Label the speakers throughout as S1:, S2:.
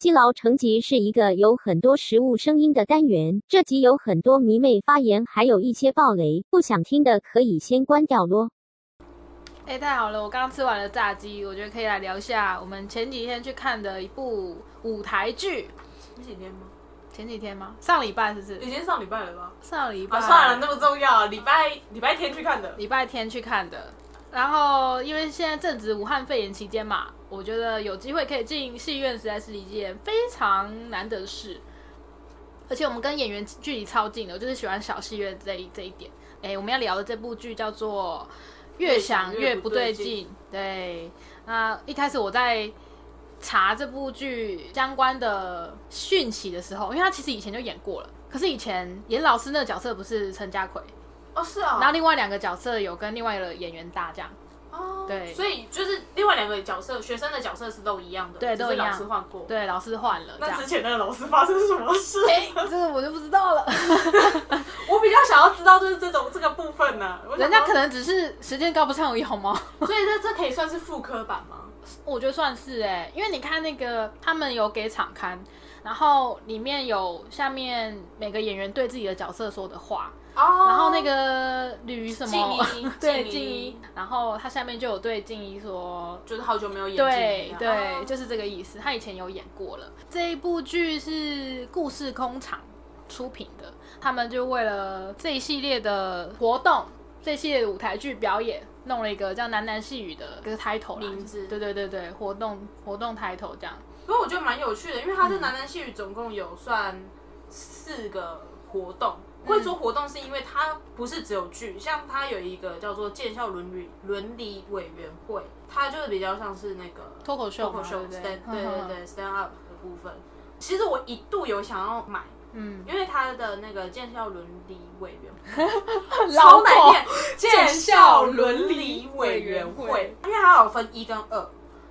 S1: 基劳成集是一个有很多食物声音的单元，这集有很多迷妹发言，还有一些暴雷，不想听的可以先关掉咯。
S2: 哎、太好了！我刚刚吃完了炸鸡，我觉得可以来聊一下我们前几天去看的一部舞台剧。
S3: 前几天吗？
S2: 前几天吗？上礼拜是不是
S3: 已？经上礼拜了吧？
S2: 上礼拜、
S3: 啊，算了，那么重要，礼拜礼拜天去看的。
S2: 礼拜天去看的。然后因为现在正值武汉肺炎期间嘛，我觉得有机会可以进戏院，实在是一件非常难得的事。而且我们跟演员距离超近的，我就是喜欢小戏院这一这一点。哎，我们要聊的这部剧叫做《越想越不对
S3: 越想越
S2: 劲》。对，那一开始我在查这部剧相关的讯息的时候，因为他其实以前就演过了，可是以前演老师那个角色不是陈家奎，
S3: 哦，是啊、哦。
S2: 然后另外两个角色有跟另外的演员搭档。
S3: 哦，
S2: 对
S3: 所以就是另外两个角色，学生的角色是都一样的，
S2: 对
S3: 只
S2: 都
S3: 是
S2: 一样
S3: 老师换过。，
S2: 对，老师换了，这
S3: 那
S2: 样
S3: 之。前那个老师发生什么事？
S2: 哎、这个我就不知道 了。
S3: 我比较想要知道就是这种这个部分呢、我想
S2: 人家
S3: 说
S2: 可能只是时间高不上而已，好吗？
S3: 所以这这可以算是副科版吗？
S2: 我觉得算是哎、因为你看那个他们有给场刊，然后里面有下面每个演员对自己的角色说的话，
S3: 哦
S2: 然后那个吕什么
S3: 静怡
S2: 对
S3: 哦静
S2: 静
S3: 怡
S2: 怡，然后他下面就有对静怡说
S3: 就是好久没有演
S2: 对
S3: 技了
S2: 对，
S3: 哦
S2: 就是这个意思。他以前有演过了。这一部剧是故事工厂出品的，他们就为了这一系列的活动，这一系列的舞台剧表演，弄了一个叫“喃喃细语”的一个 title 啦
S3: 名字
S2: 对对对对，活动活动 title 这样。
S3: 不过我觉得蛮有趣的，因为他
S2: 嗯
S3: 这喃喃细语总共有算四个活动。会
S2: 嗯
S3: 说活动是因为它不是只有剧，像它有一个叫做建校伦理伦理委员会，它就是比较像是那个
S2: 脱口秀
S3: 脱
S2: 嘛
S3: 口秀 stand
S2: 对嗯
S3: 对
S2: 不对
S3: 对对 stand up 的部分。其实我一度有想要买，
S2: 嗯，
S3: 因为它的那个建校伦理委员会，
S2: 老
S3: 超
S2: 狗
S3: 难念，建校伦理委员会，因为它有分一跟二，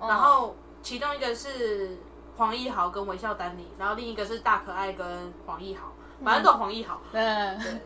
S3: 嗯
S2: 哦
S3: 然后其中一个是黄义豪跟韦孝丹妮，然后另一个是大可爱跟黄义豪，反正都有黄义豪。
S2: 嗯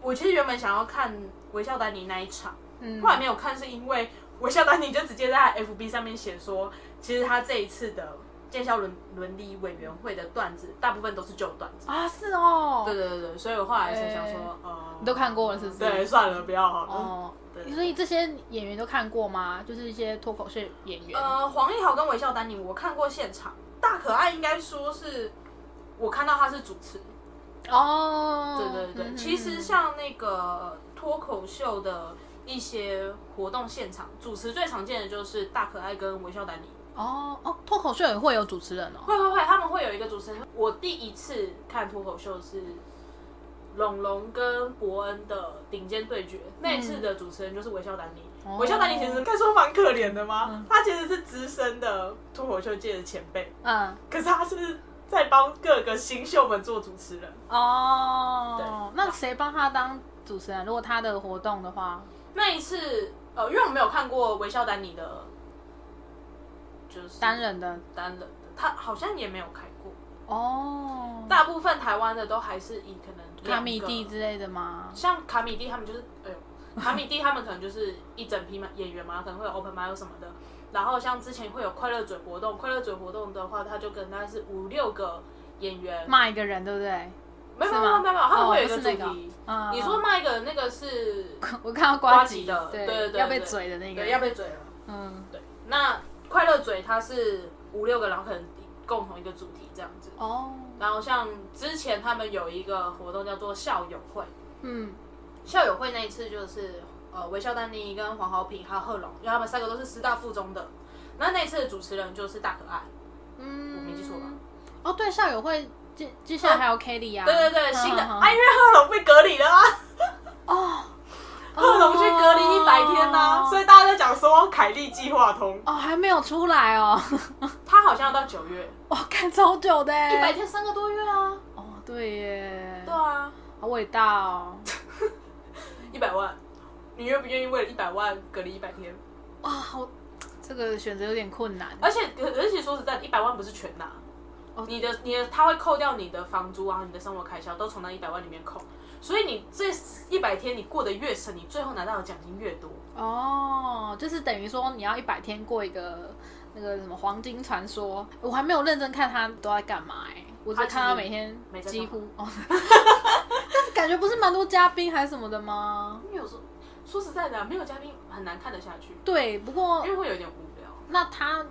S3: 我其实原本想要看韦孝丹妮那一场，
S2: 嗯
S3: 后来没有看是因为韦孝丹妮就直接在 FB 上面写说，其实他这一次的建校伦伦理委员会的段子大部分都是旧段子。
S2: 啊是哦，
S3: 对对对对，所以我后来才想
S2: 哎
S3: 说，哦，
S2: 你都看过了是不是
S3: 对，算了，不要好了。
S2: 哦。
S3: 对
S2: 所以这些演员都看过吗？就是一些脱口秀演员。
S3: 呃，黄义豪跟韦孝丹妮，我看过现场，大可爱应该说是我看到他是主持，
S2: 哦，
S3: 对对对，
S2: 嗯
S3: 其实像那个脱口秀的一些活动现场，主持最常见的就是大可爱跟韦孝丹妮。
S2: 哦哦，脱口秀也会有主持人哦。
S3: 会会会，他们会有一个主持人。我第一次看脱口秀是龙龙跟伯恩的顶尖对决，那一次的主持人就是韦孝丹妮。
S2: 哦
S3: 韦孝丹妮其实该说蛮可怜的吗？他其实是资深的脱口秀界的前辈，
S2: 嗯，
S3: 可是他是在帮各个新秀们做主持人。
S2: 哦
S3: 对，
S2: 那谁帮他当主持人？如果他的活动的话，
S3: 那一次，呃，因为我没有看过韦孝丹妮的，就是
S2: 单人的
S3: 单人的，他好像也没有开过。
S2: 哦，
S3: 大部分台湾的都还是以可能
S2: 卡米蒂
S3: 蒂，
S2: 之类的吗？
S3: 像卡米蒂他们就是，哎呦，卡米蒂他们可能就是一整批嘛演员嘛，可能会有 open mic 什么的。然后像之前会有快乐嘴活动，快乐嘴活动的话，他就跟大概是五六个演员，
S2: 骂一个人，对不对？
S3: 没有
S2: 是
S3: 没
S2: 吗
S3: 有没有没有，他们会有一
S2: 哦
S3: 个
S2: 不
S3: 主
S2: 是那
S3: 题。
S2: 个嗯，
S3: 你说
S2: 嗯
S3: 卖一个那个是
S2: 我看到
S3: 瓜
S2: 吉
S3: 吉的，对对对，
S2: 要被
S3: 对
S2: 嘴的那个，
S3: 对要被嘴了。
S2: 嗯，
S3: 对，那快乐嘴它是五六个，然后可能共同一个主题这样子。
S2: 哦，
S3: 然后像之前他们有一个活动叫做校友会，
S2: 嗯
S3: 校友会那一次就是呃韦孝丹妮跟黄豪平还有贺龙，因为他们三个都是师大附中的。那那一次的主持人就是大可爱，
S2: 嗯，
S3: 我没记错吧？
S2: 哦，对，校友会接接下来还有 Kelly 啊，
S3: 对对 对，新的
S2: 嗯嗯嗯
S3: 啊，因为贺龙被隔离了啊，
S2: 哦，
S3: 贺龙去隔离一百天呐、
S2: 哦
S3: 所以大家在讲说凯利计划通，
S2: 哦，还没有出来哦，
S3: 他好像要到九月，
S2: 我看超久的，欸
S3: 一百天三个多月啊，
S2: 哦，对耶，
S3: 对啊，
S2: 好伟大哦！
S3: 一百万，你愿不愿意为了一百万隔离一百天？
S2: 哇，好，这个选择有点困难。
S3: 而且可而且说实在，一百万不是全拿
S2: 哦，
S3: 你的你的他会扣掉你的房租啊，你的生活开销都从那一百万里面扣，所以你这一百天你过得越省，你最后拿到的奖金越多。
S2: 哦，就是等于说你要一百天过一个那个什么《黄金传说》，我还没有认真看他都在干嘛哎、我只
S3: 他其实
S2: 看他每天
S3: 没在干
S2: 几
S3: 嘛
S2: 乎哦，但是感觉不是蛮多嘉宾还是什么的吗？
S3: 因为有时候说实在的啊、没有嘉宾很难看得下去，
S2: 对，不过
S3: 因为会有点无聊。
S2: 那他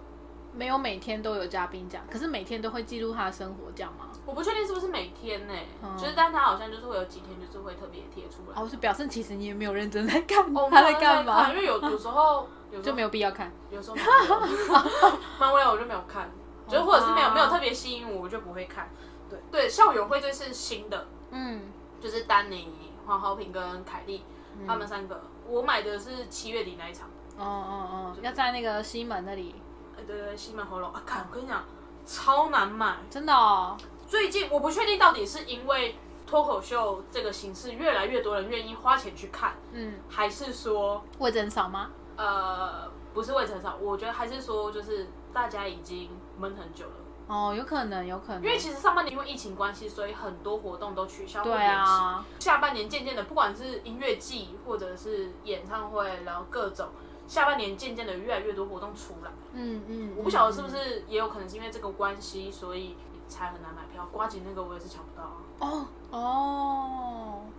S2: 没有每天都有嘉宾讲，可是每天都会记录他的生活，这样吗？
S3: 我不确定是不是每天呢、
S2: 嗯
S3: 就是但他好像就是会有几天就是会特别贴出来。
S2: 哦，是表示其实你也没有认真在看
S3: 哦，
S2: 他在干
S3: 我没有
S2: 嘛
S3: 看，因为有有时候有时
S2: 就
S3: 候
S2: 没有必要看。
S3: 有时候蛮无聊的蛮无聊，我就没有看，就是或者是没有没有特别吸引我，我就不会看。对对，校友会这是新的，
S2: 嗯，
S3: 就是丹尼、黄豪平跟凯莉他们三个，我买的是七月底那一场。
S2: 哦哦哦，要在那个西门那里，
S3: 哎，对对对，西门喉咙啊，看我跟你讲，超难买。
S2: 真的哦。
S3: 最近我不确定到底是因为脱口秀这个形式越来越多人愿意花钱去看，
S2: 嗯，
S3: 还是说
S2: 位置很少吗？
S3: 呃不是为成少，我觉得还是说就是大家已经闷很久了。
S2: 哦，有可能，有可能。
S3: 因为其实上半年因为疫情关系，所以很多活动都取消或
S2: 对
S3: 延期。
S2: 啊，
S3: 下半年渐渐的，不管是音乐季或者是演唱会，然后各种，下半年渐渐的越来越多活动出来。
S2: 嗯嗯，
S3: 我不晓得是不是也有可能是因为这个关系，所以才很难买票。瓜姐那个我也是抢不到啊。
S2: 哦哦，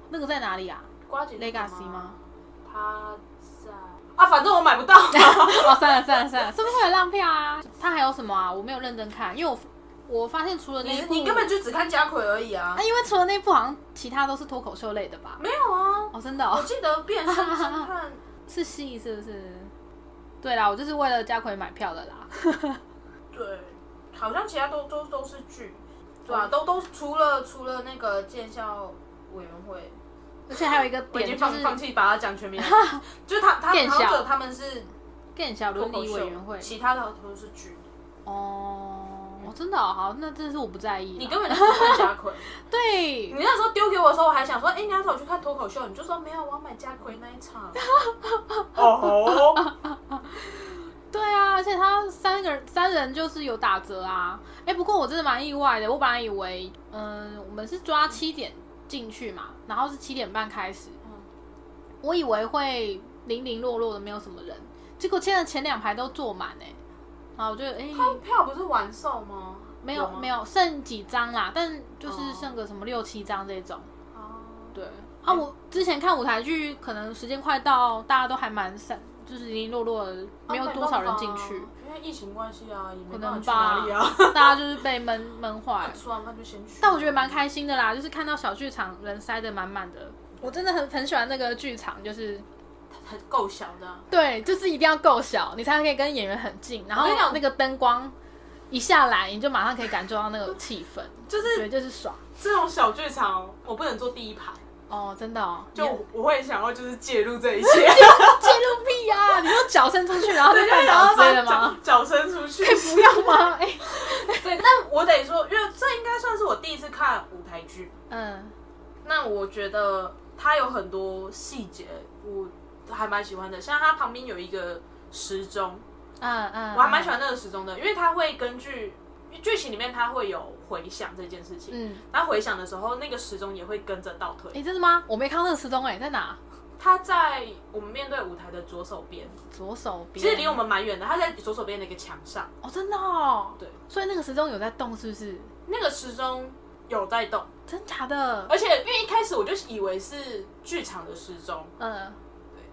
S2: 那个在哪里啊？
S3: 瓜姐那个
S2: Legacy 吗？
S3: 她在啊，反正我买不 到。
S2: 哦，算了算了算了，是不是会有浪票啊？他还有什么啊？我没有认真看，因为我我发现除了那
S3: 你
S2: 一部，
S3: 你根本就只看家奎而已啊
S2: 啊，。因为除了那一部好像其他都是脱口秀类的吧？
S3: 没有啊，
S2: 哦，真的
S3: 我
S2: 哦，
S3: 记得变 身侦探。
S2: 是戏是不是？对啦，我就是为了家奎买票的啦。
S3: 对，好像其他都都都是剧，
S2: 哦
S3: 对啊，都都除了除了那个建校委员会，
S2: 而且还有一个
S3: 我已经
S2: 点就
S3: 放
S2: 是
S3: 放弃把它讲全名了， 就是他他
S2: 建
S3: 们
S2: 校
S3: 好像只有他们是
S2: 更小
S3: 脱
S2: 伦
S3: 口
S2: 理
S3: 秀
S2: 委员会。
S3: 其他的都是剧。
S2: 哦，哦真的哦、好，那真的是我不在意啦。
S3: 你根本就是看家 奎，
S2: 对
S3: 你，那时候丢给我的时候，我还想说，哎、你要走去看脱口秀，你就说没有，我要买家奎那一场。哦，
S2: 对啊，而且他三个人三人就是有打折啊。哎、不过我真的蛮意外的，我本来以为，嗯，我们是抓七点进去嘛，然后是七点半开始，我以为会零零落落的，没有什么人，结果现在前两排都坐满哎、然后我就哎、
S3: 他 票不是完售吗？
S2: 没有
S3: 吗
S2: 没。有剩几张啦，但就是
S3: 哦
S2: 剩个什么六七张这种。
S3: 哦
S2: 对啊，我之前看舞台剧，可能时间快到，大家都还蛮散，就是零零落落的，没
S3: 哦
S2: 有多少人进去，
S3: 啊，因为疫情关系啊，也没
S2: 可
S3: 办法
S2: 能
S3: 去
S2: 吧
S3: 哪里啊。，
S2: 大家就是被闷闷坏。
S3: 吃完啊饭就先去。
S2: 但我觉得蛮开心的啦，就是看到小剧场人塞得满满的，我真的很很喜欢那个剧场，就是
S3: 很够小的啊、
S2: 对，就是一定要够小，你才可以跟演员很近，然后
S3: 我跟你讲
S2: 那个灯光一下来，你就马上可以感受到那个气 氛，
S3: 就是
S2: 对，就是爽
S3: 这种小剧场哦，我不能坐第一排，
S2: 哦，真的哦，
S3: 就
S2: 你
S3: 我我会想要就是介 入这一切，
S2: 介入屁呀、你说脚伸出去， 然后再绊
S3: 然
S2: 倒
S3: 后
S2: 之类
S3: 把
S2: 的
S3: 脚
S2: 吗？
S3: 脚伸出去。
S2: 可以不要吗？ 哎、
S3: 对，但我得说，因为这应该算是我第一次看舞台剧，
S2: 嗯，
S3: 那我觉得它有很多细节，我还蛮喜欢的，像它旁边有一个时钟，
S2: 嗯嗯，
S3: 我还蛮喜欢那个时钟的，因为它会根据剧情里面它会有回响这件事情，
S2: 嗯，
S3: 它回响的时候那个时钟也会跟着倒退
S2: 哎、。真的吗？我没看到那个时钟，哎，在哪？
S3: 它在我们面对舞台的左手边，
S2: 左手边。
S3: 其实离我们蛮远的，它在左手边的一个墙上。
S2: 哦，真的哦，
S3: 对，
S2: 所以那个时钟有在动，是不是？
S3: 那个时钟有在动，
S2: 真假的？
S3: 而且因为一开始我就以为是剧场的时钟，
S2: 嗯，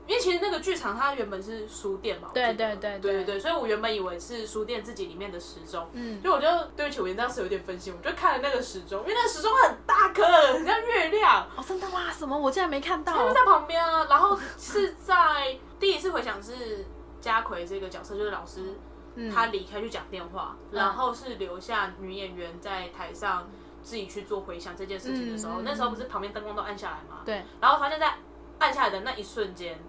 S3: 因为其实那个剧场它原本是书店嘛，我记得
S2: 对对对
S3: 对对
S2: 对
S3: 对，所以我原本以为是书店自己里面的时钟，
S2: 嗯
S3: 嗯，所以我就对不起，我当时有点分心，我就看了那个时钟，因为那个时钟很大颗，很像月亮，
S2: 哦，真的吗？什么？我竟然没看到
S3: 他。们在旁边啊，然后是在第一次回想是家奎这个角色，就是老师
S2: 嗯
S3: 他离开去讲电话，然后是留下女演员在台上自己去做回想这件事情的时候，
S2: 嗯嗯嗯
S3: 那时候不是旁边灯光都暗下来吗？
S2: 对，
S3: 然后发现在暗下来的那一瞬间，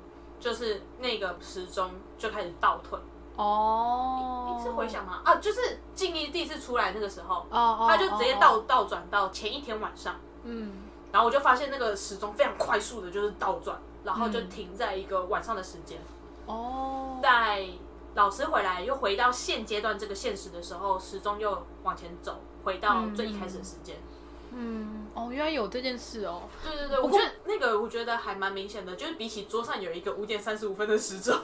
S3: 就是那个时钟就开始倒退，
S2: 哦，
S3: 是回想吗？啊，就是静一第一次出来那个时候，
S2: 哦，哦，
S3: 他就直接倒
S2: 哦，
S3: 倒转到前一天晚上。
S2: 嗯，
S3: 然后我就发现那个时钟非常快速的，就是倒转，然后
S2: 嗯
S3: 就停在一个晚上的时间。
S2: 哦，
S3: 在老师回来又回到现阶段这个现实的时候，时钟又往前走，回到最一开始的时间。
S2: 嗯，哦，原来有这件事哦。
S3: 对对对，我觉得那个我觉得还蛮明显的，就是比起桌上有一个五点三十五分的时钟，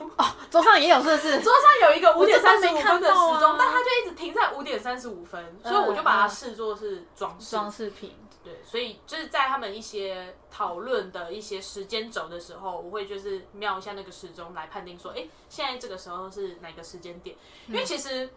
S3: 桌
S2: 桌上也有，是不 是？
S3: 上有一个五点三十
S2: 哦
S3: 五
S2: 我这都没
S3: 分的
S2: 看
S3: 时
S2: 到啊啊
S3: 钟，但它就一直停在五点三十五分，所以我就把它视作是装饰。
S2: 装饰品。
S3: 对，所以就是在他们一些讨论的一些时间轴的时候，我会就是瞄一下那个时钟来判定说，哎、现在这个时候是哪个时间点？
S2: 嗯
S3: 因为其实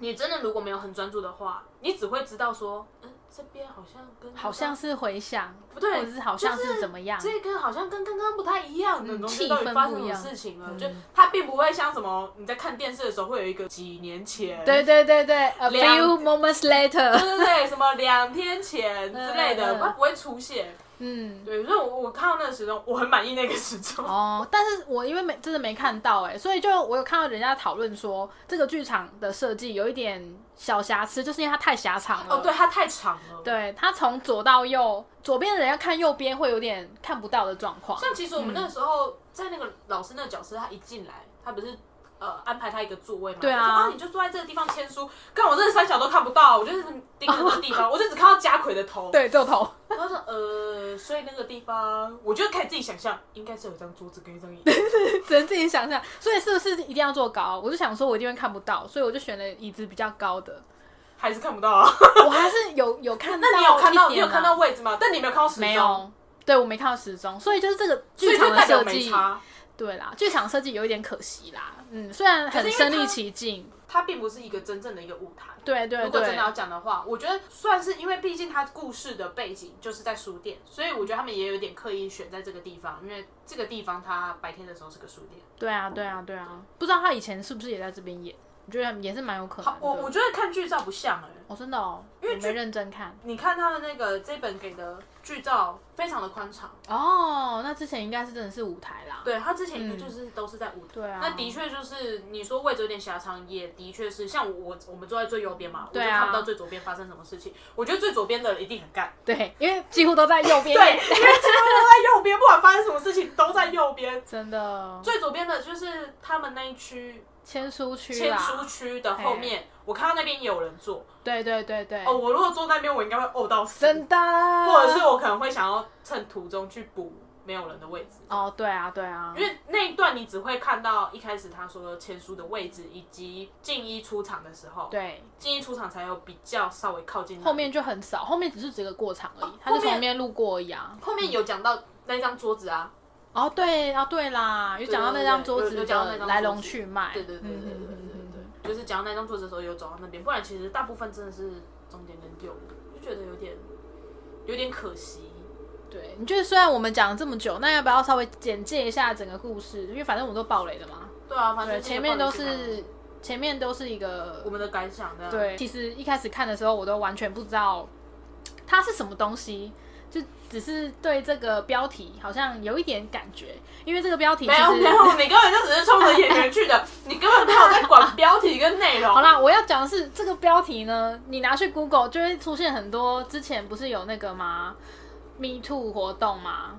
S3: 你真的如果没有很专注的话，你只会知道说，嗯，这边好像跟
S2: 好像是回想，不
S3: 对
S2: 或者是好像
S3: 就是
S2: 怎么样？
S3: 这个好像跟刚刚不太一样的东西，
S2: 嗯气
S3: 到底
S2: 氛
S3: 发
S2: 不一
S3: 生什么
S2: 样嗯
S3: 事情了？就它并不会像什么你在看电视的时候会有一个几年前，
S2: 对对对对，a
S3: 两
S2: few moments
S3: 对
S2: later，
S3: 对对，什么两天前之类的，
S2: 嗯嗯嗯
S3: 它不会出现。
S2: 嗯，
S3: 对，所以我我看到那个时钟，我很满意那个时钟。
S2: 哦，但是我因为没真的没看到哎、所以就我有看到人家讨论说这个剧场的设计有一点小瑕疵，就是因为它太狭长了。
S3: 哦，对，它太长了。，
S2: 对，它从左到右，左边的人要看右边会有点看不到的状况。
S3: 像其实我们那
S2: 嗯
S3: 个时候在那个老师那个角色，他一进来，他不是。呃，安排他一个座位嘛，
S2: 对啊
S3: 就说啊，你就坐在这个地方签书，干我真的三小都看不到，我就是盯着那个地方，我就只看到家奎的头，
S2: 对，这头
S3: 他说：“呃，所以那个地方，我觉得可以自己想象，应该是有一张桌子跟一张椅。
S2: 只能自己想象，所以是不是一定要做高？我就想说，我一定会看不到，所以我就选了椅子比较高 的。
S3: 还是看不到啊？
S2: 我还是有有看到一
S3: 那
S2: 点啊，
S3: 你有看到？你有看到位置吗？但你没有看到时钟，
S2: 没有，对我没看到时钟，所以就是这个
S3: 所
S2: 剧
S3: 以就
S2: 场
S3: 代
S2: 的
S3: 表
S2: 设
S3: 没
S2: 计，
S3: 差。
S2: 对啦，剧场设计有一点可惜啦。嗯，虽然
S3: 可
S2: 很
S3: 是因为
S2: 身
S3: 它
S2: 临其境，
S3: 它并不是一个真正的一个舞台。
S2: 对对
S3: 如果真的
S2: 对，
S3: 要讲的话，我觉得算是因为毕竟它故事的背景就是在书店，所以我觉得他们也有点刻意选在这个地方，因为这个地方它白天的时候是个书店。
S2: 对啊对啊对啊，不知道他以前是不是也在这边演，我觉得也是蛮有可能
S3: 好，
S2: 的。
S3: 我我觉得看剧照不像哎、
S2: 哦真的哦，因为没认真看
S3: 你看他的那个这本给的剧照非常的宽敞。”
S2: 哦，那之前应该是真的是舞台啦。
S3: 对他之前应该就是都是在舞台，
S2: 对啊
S3: 那的确就是你说位置有点狭长，也的确是像我我们坐在最右边嘛，
S2: 对啊
S3: 我就看不到最左边发生什么事情。我觉得最左边的人一定很干，
S2: 对，因为几乎都在右边
S3: 对，因
S2: 演
S3: 为，全部都在右边，不管发生什么事情都在右边。
S2: 真的
S3: 最左边的就是他们那一区
S2: 签书区
S3: 签
S2: 啦，
S3: 书区的后面，我看到那边也有人坐。
S2: 对对对对，
S3: 哦，我如果坐那边，我应该会呕到死，
S2: 真的，
S3: 或者是我可能会想要趁途中去补没有人的位置。
S2: 哦，对啊对啊，
S3: 因为那一段你只会看到一开始他说签书的位置，以及静一出场的时候，
S2: 对。
S3: 静一出场才有比较稍微靠近
S2: 后面就很少，后面只是只个过场而已，
S3: 哦
S2: 他就从旁边路过而已啊。
S3: 后面有讲到那张桌子啊，
S2: 哦，对啊，对啦，有讲到那张桌
S3: 对
S2: 子
S3: 对对有有讲到那张桌
S2: 的
S3: 子
S2: 来龙去脉。
S3: 对对对对对对对
S2: 嗯嗯嗯嗯
S3: 对，就是讲到那张桌子的时候有走到那边，不然其实大部分真的是中间跟右，我就觉得有点有点可惜。
S2: 嗯对，你觉得虽然我们讲了这么久，那要不要稍微简介一下整个故事？因为反正我们都爆雷了嘛。
S3: 对啊，反
S2: 对，
S3: 正
S2: 前面都
S3: 这个暴力
S2: 是
S3: 剧
S2: 前面都是一个
S3: 嘛我们的感想的，
S2: 对，其实一开始看的时候，我都完全不知道它是什么东西，就只是对这个标题好像有一点感觉，因为这个标题其
S3: 没有
S2: 实
S3: 没有，你根本就只是冲着演员去的，你根本没有在管标题跟内容。
S2: 好啦，我要讲的是这个标题呢，你拿去 Google 就会出现很多。之前不是有那个吗？Me Too 活动吗？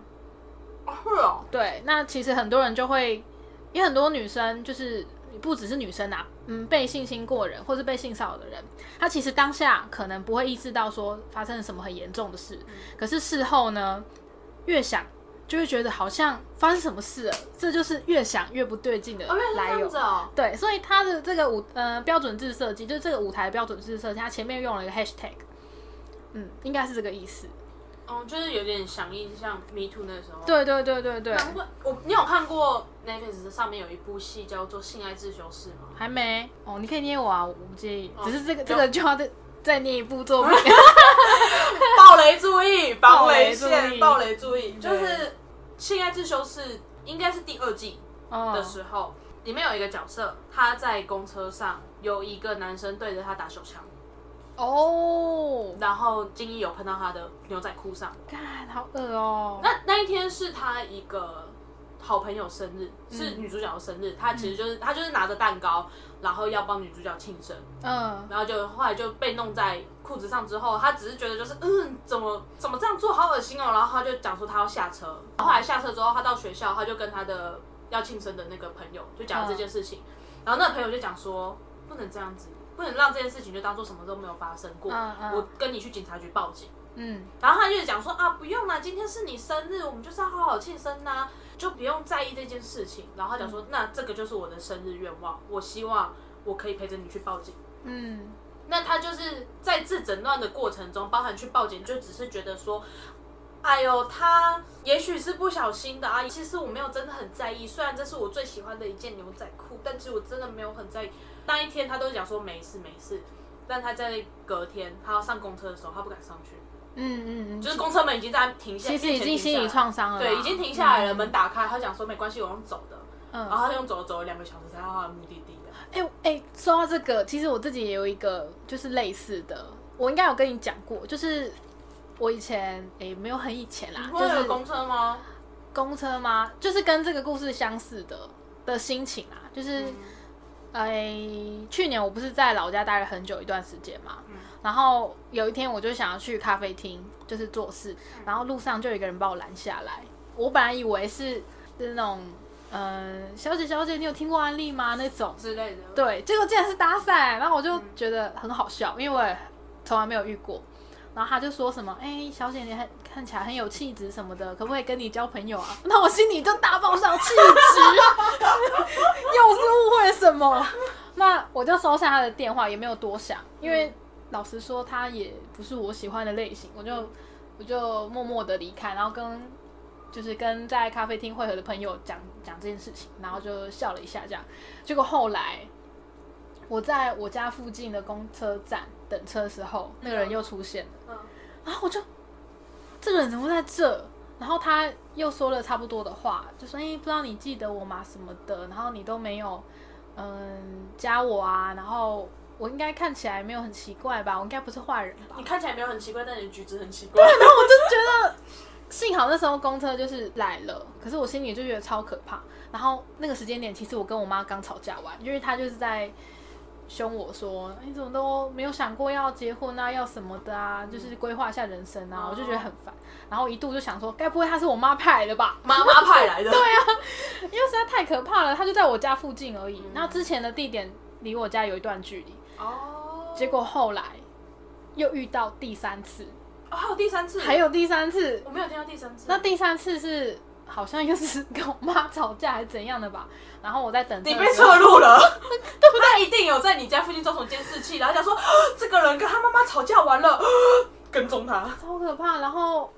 S3: 是哦，
S2: 对，那其实很多人就会，也很多女生就是不只是女生啊，嗯，被性侵过的人或是被性骚扰的人，她其实当下可能不会意识到说发生了什么很严重的事，可是事后呢，越想就会觉得好像发生什么事了，这就是越想越不对劲的
S3: 哦，原来是
S2: 来
S3: 这
S2: 由
S3: 样子。哦。
S2: 对，所以它的这个舞呃标准制设计，就是这个舞台的标准制设计，它前面用了一个 hashtag，嗯，应该是这个意思。
S3: 嗯，就是有点响应像 Me Too 那时候。，
S2: 对对对对对，
S3: 难怪我你有看过 Netflix 上面有一部戏叫做《性爱自修室》吗？
S2: 还没哦，你可以捏我啊，我不介意。
S3: 哦
S2: 只是这个
S3: 有
S2: 这个就要再再捏一部作品。
S3: 暴雷注意，
S2: 暴
S3: 暴
S2: 雷
S3: 雷
S2: 注意
S3: 线，暴雷注意，就
S2: 对
S3: 是《性爱自修室》应该是第二季 的
S2: 哦，
S3: 时候，里面有一个角色，他在公车上有一个男生对着他打手枪，
S2: 哦，
S3: 然后金一有碰到他的牛仔裤上。
S2: 干好恶哦。
S3: 那那一天是他一个好朋友生日，是
S2: 嗯
S3: 女主角的生日，他其实就是他就是拿着蛋糕，然后要帮女主角庆生。
S2: 嗯，
S3: 然后就后来就被弄在裤子上之后，他只是觉得就是嗯，怎么怎么这样做，好恶心哦。然后他就讲说他要下车。后来下车之后，他到学校，他就跟他的要庆生的那个朋友就讲了这件事情。然后那个朋友就讲说，不能这样子，不能让这件事情就当做什么都没有发生过。
S2: 嗯嗯
S3: 我跟你去警察局报警。
S2: 嗯，
S3: 然后他就讲说啊，不用啦，今天是你生日，我们就是要好好庆生呐、就不用在意这件事情。然后他讲说，那这个就是我的生日愿望，我希望我可以陪着你去报警。
S2: 嗯，
S3: 那他就是在自诊断的过程中，包含去报警，就只是觉得说，哎呦，他也许是不小心的啊。其实我没有真的很在意，虽然这是我最喜欢的一件牛仔裤，但其实我真的没有很在意。那一天他都讲说没事没事，但他在隔天他要上公车的时候，他不敢上去，
S2: 嗯嗯嗯，
S3: 就是公车门已经在停下，
S2: 其实已经
S3: 面前停下
S2: 心
S3: 来
S2: 理创伤了啦，
S3: 对，已经停下来了，
S2: 嗯
S3: 门打开，他讲说没关系，我用走的，然
S2: 嗯，
S3: 后他用走的走了两个小时才到他的目的地的。
S2: 哎哎，说到这个，其实我自己也有一个就是类似的，我应该有跟你讲过，就是我以前哎没有很以前啦，
S3: 会
S2: 就
S3: 有
S2: 是
S3: 公车吗？
S2: 公车吗？就是跟这个故事相似的的心情啊，就是。
S3: 嗯
S2: 哎，去年我不是在老家待了很久一段时间嘛，
S3: 嗯
S2: 然后有一天我就想要去咖啡厅，就是做事，
S3: 嗯
S2: 然后路上就有一个人把我拦下来，我本来以为是是那种，嗯、小姐小姐，你有听过安利吗？那种，
S3: 之类的。
S2: 对，结果竟然是搭讪，然后我就觉得很好笑，因为我也从来没有遇过。然后他就说什么，哎、小姐你很看起来很有气质什么的，可不可以跟你交朋友啊？那我心里就大爆上气质，又是误会了什么？那我就收下他的电话，也没有多想，因为老实说他也不是我喜欢的类型，我就我就默默的离开，然后跟就是跟在咖啡厅会合的朋友讲讲这件事情，然后就笑了一下这样。结果后来我在我家附近的公车站等车的时候，那个人又出现了，
S3: 嗯
S2: 然后我就这个人怎么会在这？然后他又说了差不多的话，就说：“哎、不知道你记得我吗？什么的，然后你都没有嗯加我啊，然后我应该看起来没有很奇怪吧？我应该不是坏人吧？”
S3: 你看起来没有很奇怪，但你的举止很奇怪。
S2: 幸好那时候公车就是来了，可是我心里就觉得超可怕。然后那个时间点，其实我跟我妈刚吵架完，因为她就是在凶我说：“你怎么都没有想过要结婚啊，要什么的啊，就是规划一下人生啊。”我就觉得很烦，然后一度就想说，该不会她是我妈派来的吧？
S3: 妈妈派来的。对啊，
S2: 因为实在太可怕了，她就在我家附近而已。那之前的地点离我家有一段距离，
S3: 哦，
S2: 结果后来又遇到第三次，
S3: 哦还有第三次，
S2: 还有第三次，
S3: 我没有听到第三次。
S2: 那第三次是好像又是跟我妈吵架还是怎样的吧？ 然后我在等车
S3: 你
S2: 的
S3: 被
S2: 时候
S3: 侧录了，他一定有在你家附近装什么监视器，然后讲说啊这个人跟他妈妈吵架完了，啊 跟踪他。
S2: 超可怕。然后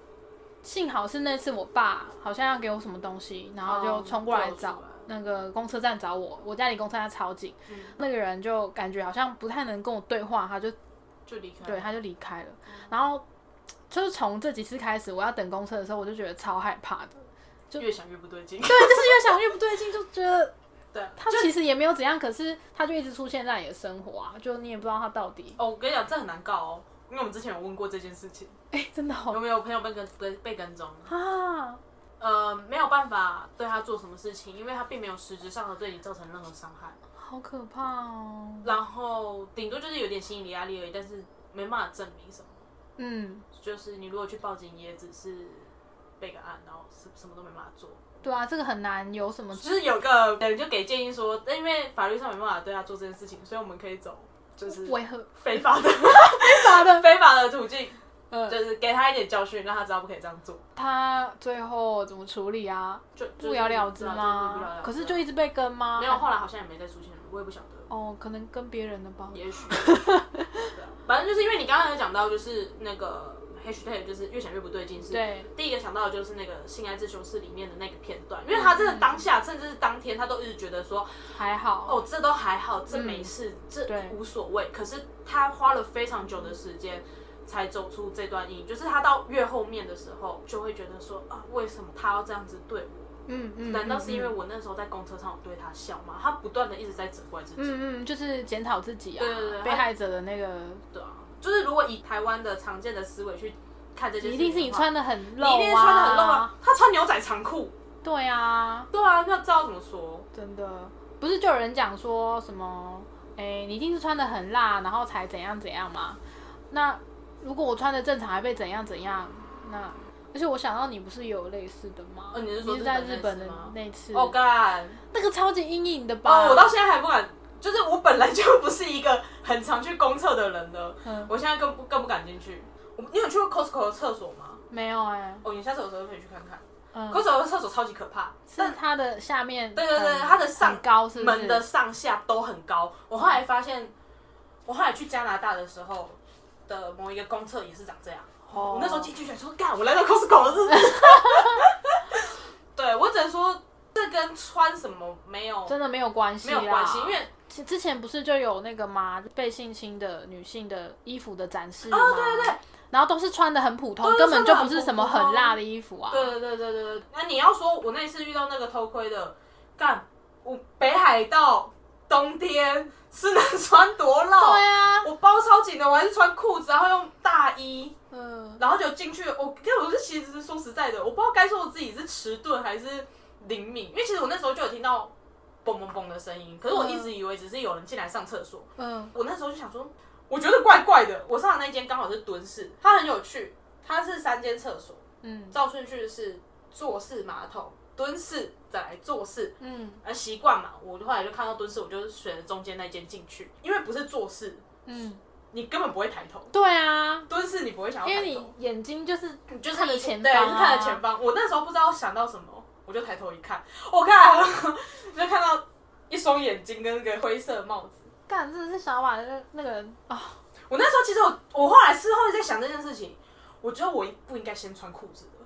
S2: 幸好是那次我爸好像要给我什么东西，然后就冲过来
S3: 哦
S2: 找
S3: 就出来
S2: 那个公车站找我，我家离公车站超近，
S3: 嗯
S2: 那个人就感觉好像不太能跟我对话，他就
S3: 就离开。
S2: 对，他就离开了。然后就是从这几次开始，我要等公车的时候，我就觉得超害怕 的。
S3: 越想越不对劲。
S2: 对，就是越想越不对劲，就觉得
S3: 对，
S2: 他其实也没有怎样，可是他就一直出现在你的生活啊，就你也不知道他到底
S3: 哦，我跟你讲，这很难告哦，因为我们之前有问过这件事情，
S2: 哎、真的好
S3: 有没有朋友被跟被被跟踪？
S2: 啊，
S3: 呃，没有办法对他做什么事情，因为他并没有实质上的对你造成任何伤害，
S2: 好可怕哦。
S3: 然后顶多就是有点心理压力而已，但是没办法证明什么。
S2: 嗯，
S3: 就是你如果去报警，也只是备个案，然后什什么都没办法做。
S2: 对啊，这个很难有什么
S3: 就是有个人就给建议说，因为法律上没办法对他做这件事情，所以我们可以走就是
S2: 违和
S3: 非法的嗯
S2: 法的。
S3: 非法的途径，
S2: 呃，
S3: 就是给他一点教训，让他知道不可以这样做。
S2: 他最后怎么处理啊？
S3: 就啊
S2: 不了了之
S3: 就是不了了
S2: 吗？
S3: 之
S2: 可是就一直被跟吗？
S3: 没有，后来好像也没再出现了，我也不晓得。
S2: 哦，可能跟别人的吧。
S3: 也许，对啊 反正就是因为你刚刚有讲到，就是那个 hashtag，就是越想越不对劲，是
S2: 对
S3: 第一个想到的就是那个《性爱自修室》里面的那个片段，因为他真的当下，甚至是当天，他都一直觉得说，
S2: 还好。
S3: 哦，这都还好，这没事，
S2: 嗯对
S3: 这无所谓。可是他花了非常久的时间才走出这段阴影，就是他到越后面的时候，就会觉得说啊，为什么他要这样子对我？
S2: 嗯嗯，
S3: 难道是因为
S2: 嗯？
S3: 我那时候在公车上有对他笑吗？他不断的一直在责怪自己。
S2: 嗯嗯，就是检讨自己啊，
S3: 对对对
S2: 被害者的那个，
S3: 对啊，就是如果以台湾的常见的思维去看这件
S2: 一
S3: 事情
S2: 定
S3: 的话，
S2: 是你穿的很露
S3: 你
S2: 啊，
S3: 一定是穿的很露啊，他穿牛仔长裤，
S2: 对啊，
S3: 对啊，那知道怎么说？
S2: 真的，不是就有人讲说什么，哎、你一定是穿的很辣，然后才怎样怎样嘛？那如果我穿的正常还被怎样怎样，那而且我想到你不是有类似的吗？
S3: 哦你是说
S2: 在日
S3: 日
S2: 本
S3: 本
S2: 的
S3: 那次吗
S2: 那次？
S3: 哦干，
S2: 那个超级阴影的吧？
S3: 哦，我到现在还不敢，就是我本来就不是一个很常去公厕的人了，
S2: 嗯
S3: 我现在更不更不敢进去。我你有去过 Costco 的厕所吗？
S2: 没有哎、
S3: 哦，你下次有时候可以去看看。
S2: 嗯，
S3: Costco 的厕所超级可怕，
S2: 是
S3: 但
S2: 它的下面很，
S3: 对对对，它的上
S2: 很高是不是
S3: 门的上下都很高。我后来发现，我后来去加拿大的时候的某一个公厕也是长这样。
S2: 哦
S3: 我那时候进去想说，干，我来到 Costco 了，是不是？对我只能说，这跟穿什么没有
S2: 真的没有关系，
S3: 没有关系，因为。
S2: 其之前不是就有那个吗？被性侵的女性的衣服的展示吗？
S3: 哦，对对对，
S2: 然后都是穿的很普通，
S3: 对
S2: 根本就不是什么很辣的衣服啊。
S3: 对对对对对对。那你要说，我那一次遇到那个偷窥的，干，我北海道冬天是能穿多露？
S2: 对啊，
S3: 我包超紧的，我还是穿裤子，然后用大衣，
S2: 嗯，
S3: 然后就进去。我跟我是其实是说实在的，我不知道该说我自己是迟钝还是灵敏，因为其实我那时候就有听到嘣嘣嘣的声音，可是我一直以为只是有人进来上厕所。
S2: 嗯，
S3: 我那时候就想说，我觉得怪怪的。我上的那间刚好是蹲式，它很有趣，它是三间厕所，
S2: 嗯，
S3: 照顺序是坐式马桶、蹲式，再来坐式。
S2: 嗯，
S3: 而习惯嘛，我后来就看到蹲式，我就是选了中间那间进去，因为不是坐式，
S2: 嗯，
S3: 你根本不会抬头。
S2: 对啊，
S3: 蹲式你不会想要
S2: 因
S3: 抬头，
S2: 为你眼睛就是
S3: 你就是
S2: 看着前方啊
S3: 对，你是看着前方。我那时候不知道想到什么，我就抬头一看，我看，就看到一双眼睛跟那个灰色帽子。
S2: 干，真的是想把那个那个人啊，
S3: 我那时候其实我我后来事后在想这件事情，我觉得我不应该先穿裤子的，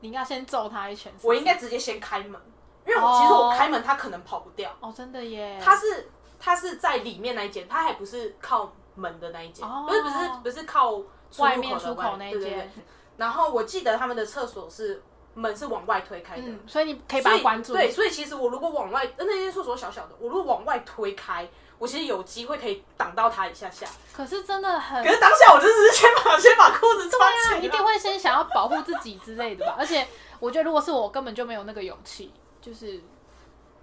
S2: 你应该先揍他一拳。是不是
S3: 我应该直接先开门，因为我、
S2: 哦
S3: 其实我开门他可能跑不掉，
S2: 哦，真的耶，
S3: 他是他是在里面那一间，他还不是靠门的那一间，
S2: 哦
S3: 不是不是不是靠出入口的
S2: 外面出口那
S3: 对
S2: 一
S3: 对对
S2: 间，
S3: 然后我记得他们的厕所是门是往外推开的，
S2: 嗯，所以你可以把它关住。
S3: 所以对，，所以其实我如果往外，呃那间厕所小小的，我如果往外推开，我其实有机会可以挡到它一下下。
S2: 可是真的很
S3: 可是当下我就是 先把先把裤
S2: 嗯
S3: 子穿起
S2: 对
S3: 来，
S2: 啊，一定会先想要保护自己之类的吧。而且我觉得，如果是我，根本就没有那个勇气，就是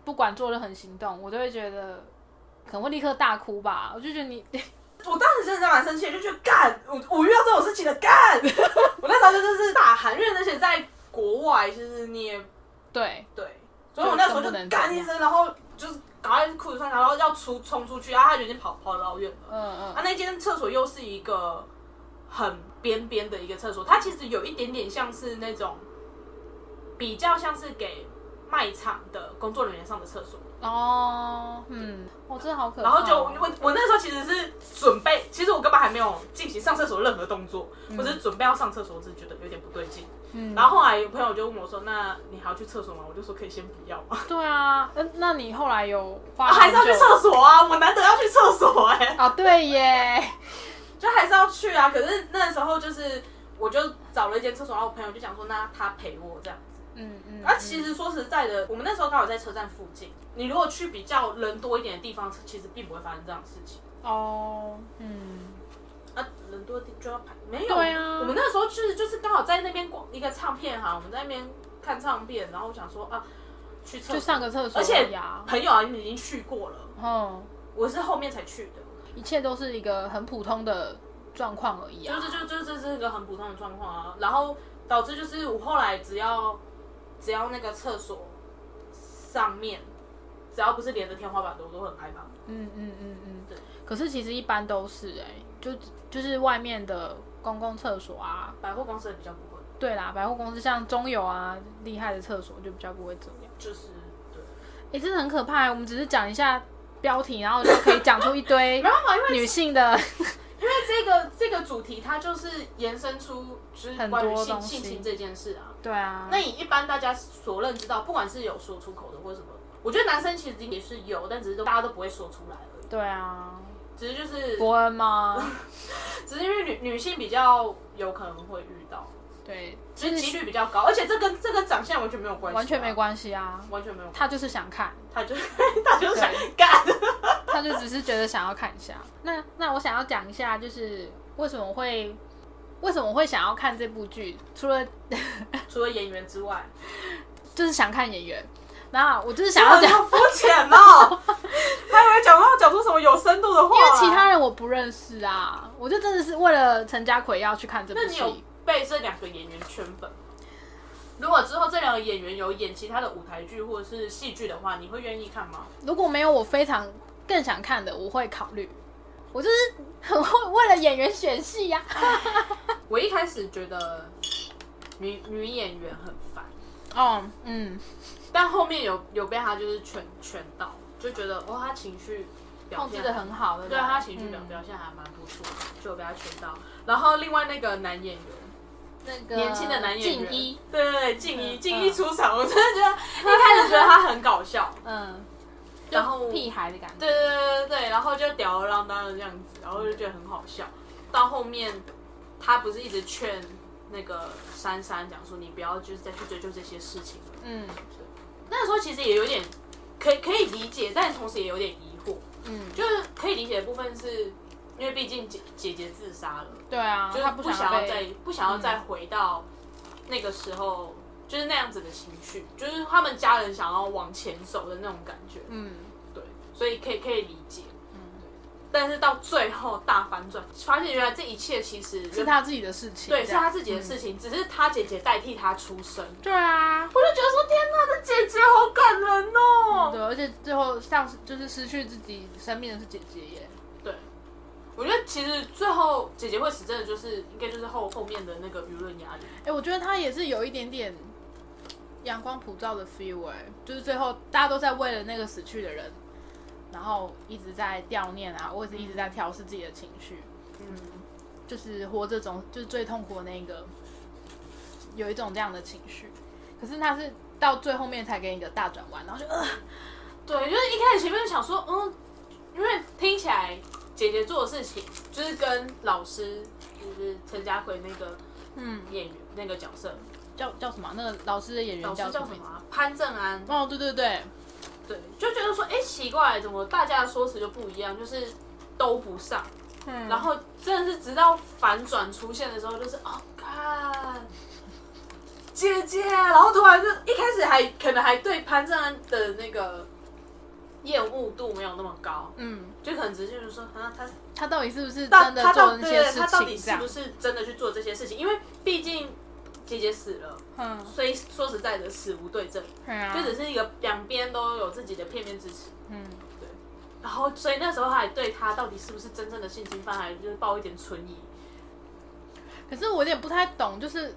S2: 不管做任何行动，我都会觉得可能会立刻大哭吧。我就觉得你，
S3: 我当时真的蛮生气的，就觉得干，我我遇到这种事情了，干！ 我那时候就真的是大喊，因为那些在国外，其实你也
S2: 对，
S3: 对，所以我那时候
S2: 就
S3: 就
S2: 更不能
S3: 干
S2: 怎
S3: 一
S2: 样
S3: 声，然后就是赶快裤子穿，然后要出冲出去，然后他就已经跑跑得老远了。
S2: 嗯
S3: 啊，
S2: 嗯，
S3: 那间厕所又是一个很边边的一个厕所，它其实有一点点像是那种比较像是给卖场的工作人员上的厕所。
S2: 哦，嗯，我真的好可怕
S3: 然
S2: 哦。
S3: 后就我我那时候其实是准备，其实我根本还没有进行上厕所任何动作，我只是准备要上厕所，我只是觉得有点不对劲。
S2: 嗯
S3: 然后后来有朋友就问我说：“那你还要去厕所吗？”我就说：“可以先不要嘛，
S2: 对啊，嗯，那你后来有
S3: 啊
S2: 花
S3: 还是要去厕
S2: 所？
S3: 所啊，我难得要去厕所哎、
S2: 啊，对 耶，
S3: 就还是要去啊。可是那时候就是，我就找了一间厕所，然后我朋友就讲说，那他陪我这样子。
S2: 嗯嗯。
S3: 那、啊其实说实在的，我们那时候刚好在车站附近，你如果去比较人多一点的地方，其实并不会发生这样的事情。
S2: 嗯哦，嗯，
S3: 啊，人多的地就要排，没有。
S2: 对啊
S3: 我们那时候就是就是刚好在那边逛一个唱片行，我们在那边看唱片，然后我想说啊，去厕
S2: 就
S3: 所，
S2: 上个厕所
S3: 而且
S2: 呀，
S3: 朋友啊你们已经去过了，
S2: 嗯，
S3: 我是后面才去的。
S2: 一切都是一个很普通的状况而已啊。
S3: 就是就就这是一个很普通的状况啊，然后导致就是我后来只要只要那个厕所上面只要不是连着天花板的，我都很害怕。
S2: 嗯嗯嗯嗯，
S3: 对。
S2: 可是其实一般都是哎、就就是外面的公共厕所啊，
S3: 百货公司比较不会，
S2: 对啦，百货公司像中友啊，厉害的厕所就比较不会这样。
S3: 就是对，
S2: 哎、真的很可怕欸、我们只是讲一下标题，然后就可以讲出一 堆
S3: 没办法，因为
S2: 女性的，
S3: 因为这个这个主题它就是延伸出就是
S2: 很多
S3: 关于性
S2: 东西
S3: 性情这件事啊。
S2: 对啊，
S3: 那你一般大家所认知到，不管是有说出口的或者什么，我觉得男生其实也是有，但只是都大家都不会说出来而已。
S2: 对啊，
S3: 只是就是
S2: 伯恩吗？
S3: 只是因为女女性比较有可能会遇到。
S2: 对，
S3: 其
S2: 其
S3: 实
S2: 实
S3: 几率比较高，而且这跟这跟长相完全没有关系啊，
S2: 完全没关系啊，
S3: 完全没有，
S2: 他就是想看。
S3: 他 就他就想干，
S2: 他就只是觉得想要看一下。那那我想要讲一下，就是为什么会为什么会想要看这部剧，除了
S3: 除了演员之 外，
S2: 就是想看演员，那我就是想要讲，
S3: 这
S2: 因
S3: 个肤浅 哦，他还会讲到讲出什么有深度的话，
S2: 为其他。人我不认识啊，我就真的是为了陈家奎要去看这部
S3: 那你有
S2: 戏。
S3: 被这两个演员圈粉吗？如果之后这两个演员有演其他的舞台剧或者是戏剧的话，你会愿意看吗？
S2: 如果没有我非常更想啊看的，我会考虑。我就是很会为了演员选戏呀、
S3: 我一开始觉得女女演员很烦，
S2: 哦，嗯，
S3: 但后面有有被她就是劝劝到，就觉得哦，她情绪表
S2: 控
S3: 现
S2: 制的哦很好，对嗯不
S3: 对啊
S2: 对？
S3: 他情绪表表现还蛮不错的，就有被他圈到。然后另外那个男演员，
S2: 那个
S3: 年轻的男演员，
S2: 静一，，
S3: 对对对，静一，
S2: 嗯
S3: 静一出场，我真的觉得一开始觉得他很搞笑，
S2: 嗯，
S3: 然后
S2: 就屁孩的感觉，
S3: 对对对对对，然后就吊儿郎当的这样子，然后就觉得很好笑。到后面他不是一直劝那个珊珊讲说，你不要就是再去追究这些事情了。
S2: 嗯
S3: 那时候其实也有点可以可以理解，但同时也有点疑惑，
S2: 嗯，
S3: 就是可以理解的部分是。因为毕竟姐姐姐自杀了，
S2: 对啊，
S3: 就是
S2: 他
S3: 不
S2: 想
S3: 想要再
S2: 被，嗯
S3: 不想要再回到那个时候，就是那样子的情绪，就是他们家人想要往前走的那种感觉，
S2: 嗯
S3: 对，所以可以可以理解。
S2: 嗯，
S3: 但是到最后大反转，发现原来这一切其实
S2: 是他自己嗯的事情，
S3: 对
S2: 这
S3: 是
S2: 样
S3: 他自己的事，情，只是他姐姐代替他出生。
S2: 嗯对啊，
S3: 我就觉得说，天哪，这姐姐好感人哦！
S2: 对，而且最后像是就是失去自己生命的是姐姐耶，
S3: 对，我觉得其实最后姐姐会死，真的就是应该就是后后面的那个舆论压力。
S2: 哎、我觉得他也是有一点点阳光普照的 feel 哎、就是最后大家都在为了那个死去的人，然后一直在悼念啊，或者是一直在调试自己的情绪，
S3: 嗯。
S2: 就是活这种就是最痛苦的那个，有一种这样的情绪。可是他是到最后面才给你一个大转弯，然后就呃，
S3: 对，就是一开始前面想说，嗯，因为听起来姐姐做的事情就是跟老师，就是陈家奎那个
S2: 嗯，
S3: 演员那个角色，
S2: 叫叫什么啊？那个老师的演员
S3: 老师
S2: 叫
S3: 叫
S2: 什
S3: 什
S2: 么名
S3: 么
S2: 字？
S3: 啊、潘正安。
S2: 哦，对对对，
S3: 对，就觉得说，哎、奇怪，怎么大家的说辞就不一样，就是都不上。
S2: 嗯
S3: 然后真的是直到反转出现的时候，就是哦，看姐姐，然后突然就一开始还可能还对潘正安的那个厌恶度没有那么高，
S2: 嗯，
S3: 就可能只是就是说，啊，他
S2: 他到底是不是
S3: 到
S2: 真的
S3: 他
S2: 做
S3: 到
S2: 了那
S3: 对
S2: 些
S3: 对，
S2: 事
S3: 他到底
S2: 情？这
S3: 是
S2: 样
S3: 不，是真的去做这些事情？因为毕竟姐姐死了，
S2: 嗯，
S3: 所以说实在的，死无对证，
S2: 对啊，
S3: 就只是一个两边都有自己的片面支持。
S2: 嗯。
S3: 然后，所以那时候还对他到底是不是真正的性侵犯，还就是抱一点存疑。
S2: 可是我有点不太懂，就是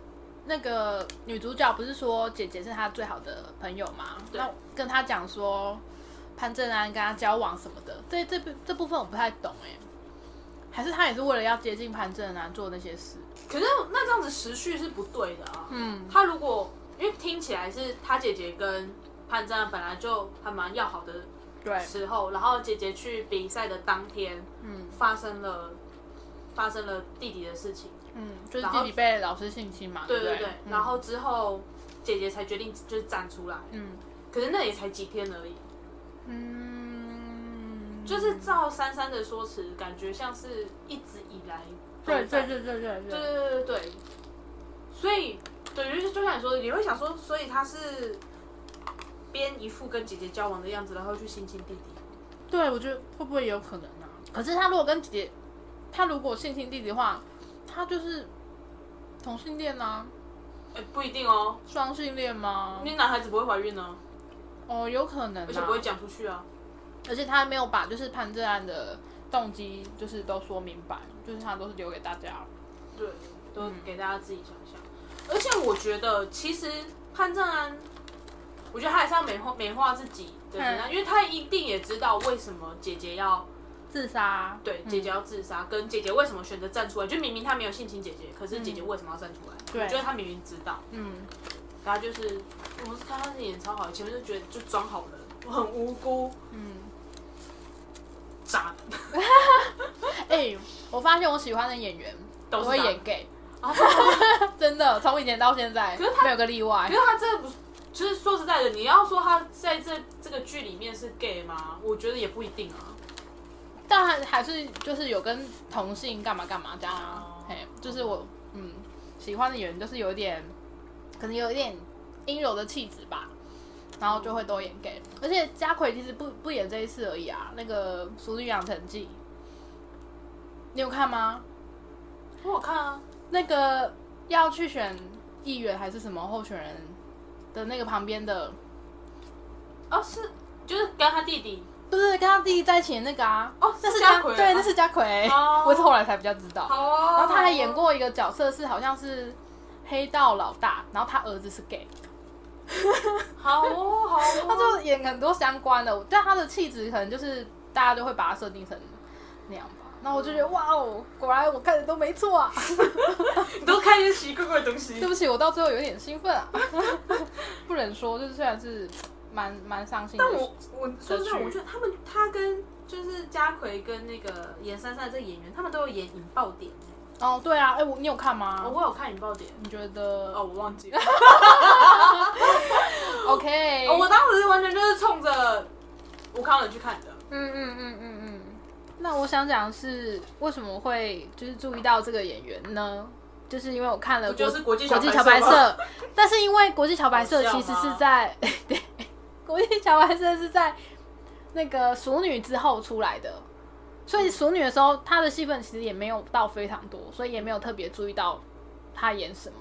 S2: 那个女主角不是说姐姐是她最好的朋友吗？
S3: 对
S2: 那跟她讲说潘正安跟她交往什么的，这这部这部分我不太懂哎、还是她也是为了要接近潘正安做那些事？
S3: 可是那这样子时序是不对的啊。
S2: 嗯
S3: 他如果因为听起来是他姐姐跟潘正安本来就还蛮要好的
S2: 对，
S3: 时候，然后姐姐去比赛的当天
S2: 嗯
S3: 发生了发生了弟弟的事情。
S2: 嗯，就是
S3: 然后
S2: 弟弟被老师性侵嘛，
S3: 对
S2: 对
S3: 对
S2: 不
S3: 对，
S2: 嗯
S3: 然后之后姐姐才决定就是站出来，
S2: 嗯
S3: 可是那也才几天而已，
S2: 嗯，
S3: 就是照珊珊的说辞，感觉像是一直以来都
S2: 对对
S3: 在
S2: 对对对
S3: 对对对对对，所以对，就是就像你说的，你会想说，所以他是编一副跟姐姐交往的样子，然后去性侵弟弟，
S2: 对，我觉得会不会有可能啊？可是他如果跟姐姐，他如果性侵弟弟的话，他就是同性恋啊，
S3: 哎、不一定哦，
S2: 双性恋吗
S3: 因？为男孩子不会怀孕呢、
S2: 哦，有可能、啊，
S3: 嗯而且不会讲出去啊。
S2: 而且他还没有把就是潘正安的动机就是都说明白，就是他都是留给大家。
S3: 对，都给大家自己想想。而且我觉得，其实潘正安，我觉得他还是要美化美化自己的形象，
S2: 嗯
S3: 因为他一定也知道为什么姐姐要
S2: 自杀，
S3: 对
S2: 嗯
S3: 姐姐要自杀，跟姐姐为什么选择站出来，就明明他没有性侵姐姐，可是姐姐
S2: 嗯
S3: 为什么要站出来？
S2: 对
S3: 我觉得他明明知道，
S2: 嗯，
S3: 然后就是我是看他演超好，前面就觉得就装好人，我很无辜，
S2: 嗯，
S3: 渣男。
S2: 哎、我发现我喜欢的演员
S3: 都是
S2: 会
S3: 渣
S2: 演 gay，
S3: 啊真的吗
S2: 真的，从以前到现在，
S3: 可是他
S2: 没有个例外
S3: 可。是他这不是，就是说实在的，你要说他在这这个剧里面是 gay 吗？我觉得也不一定啊。
S2: 但还还是就是有跟同性干嘛干嘛这样啊
S3: 哦，
S2: 嘿，就是我嗯喜欢的演员就是有点，可能有一点阴柔的气质吧，然后就会都演 gay，而且家奎其实不不演这一次而已啊，那个《熟女养成记》，你有看吗？
S3: 我有看啊，
S2: 那个要去选议员还是什么候选人的那个旁边的，
S3: 啊哦是，就是跟他弟弟
S2: 对对，跟他弟弟在一起的那个啊，
S3: 哦
S2: 那
S3: 是
S2: 家
S3: 家奎啊
S2: 对，那是家奎，
S3: 哦
S2: 我是后来才比较知道。
S3: 好哦。
S2: 然后他还演过一个角色是好像是黑道老大，然后他儿子是 gay，
S3: 好哦，好哦，
S2: 他就演很多相关的，但他的气质可能就是大家就会把他设定成那样吧。那我就觉得哇哦，果然我看的都没错 啊！
S3: 你都看一些奇奇怪怪的东西
S2: 对。不起，我到最后有点兴 奋啊，不忍说，就是虽然是蛮蛮伤心的。
S3: 但我我说真
S2: 社区
S3: 的，我觉得他们他跟就是家奎跟那个严珊珊这个演员，他们都有演引爆点。
S2: 哦，对啊，哎、我你有看吗？
S3: 哦我有看引爆点，
S2: 你觉得、
S3: 哦，我忘记了。
S2: o k
S3: 哦我当时完全就是冲着吴康仁去看的。
S2: 嗯嗯嗯嗯嗯。那我想讲的是为什么会就是注意到这个演员呢？就是因为我看了
S3: 不就是
S2: 国
S3: 国际桥
S2: 际
S3: 白
S2: 桥白
S3: 色吗
S2: 色，但是因为国际桥白色
S3: 好笑
S2: 其
S3: 吗
S2: 实是在 对，国际桥白色是在那个熟女之后出来的，所
S3: 嗯
S2: 以熟女的时候她的戏份其实也没有到非常多，所以也没有特别注意到她演什么。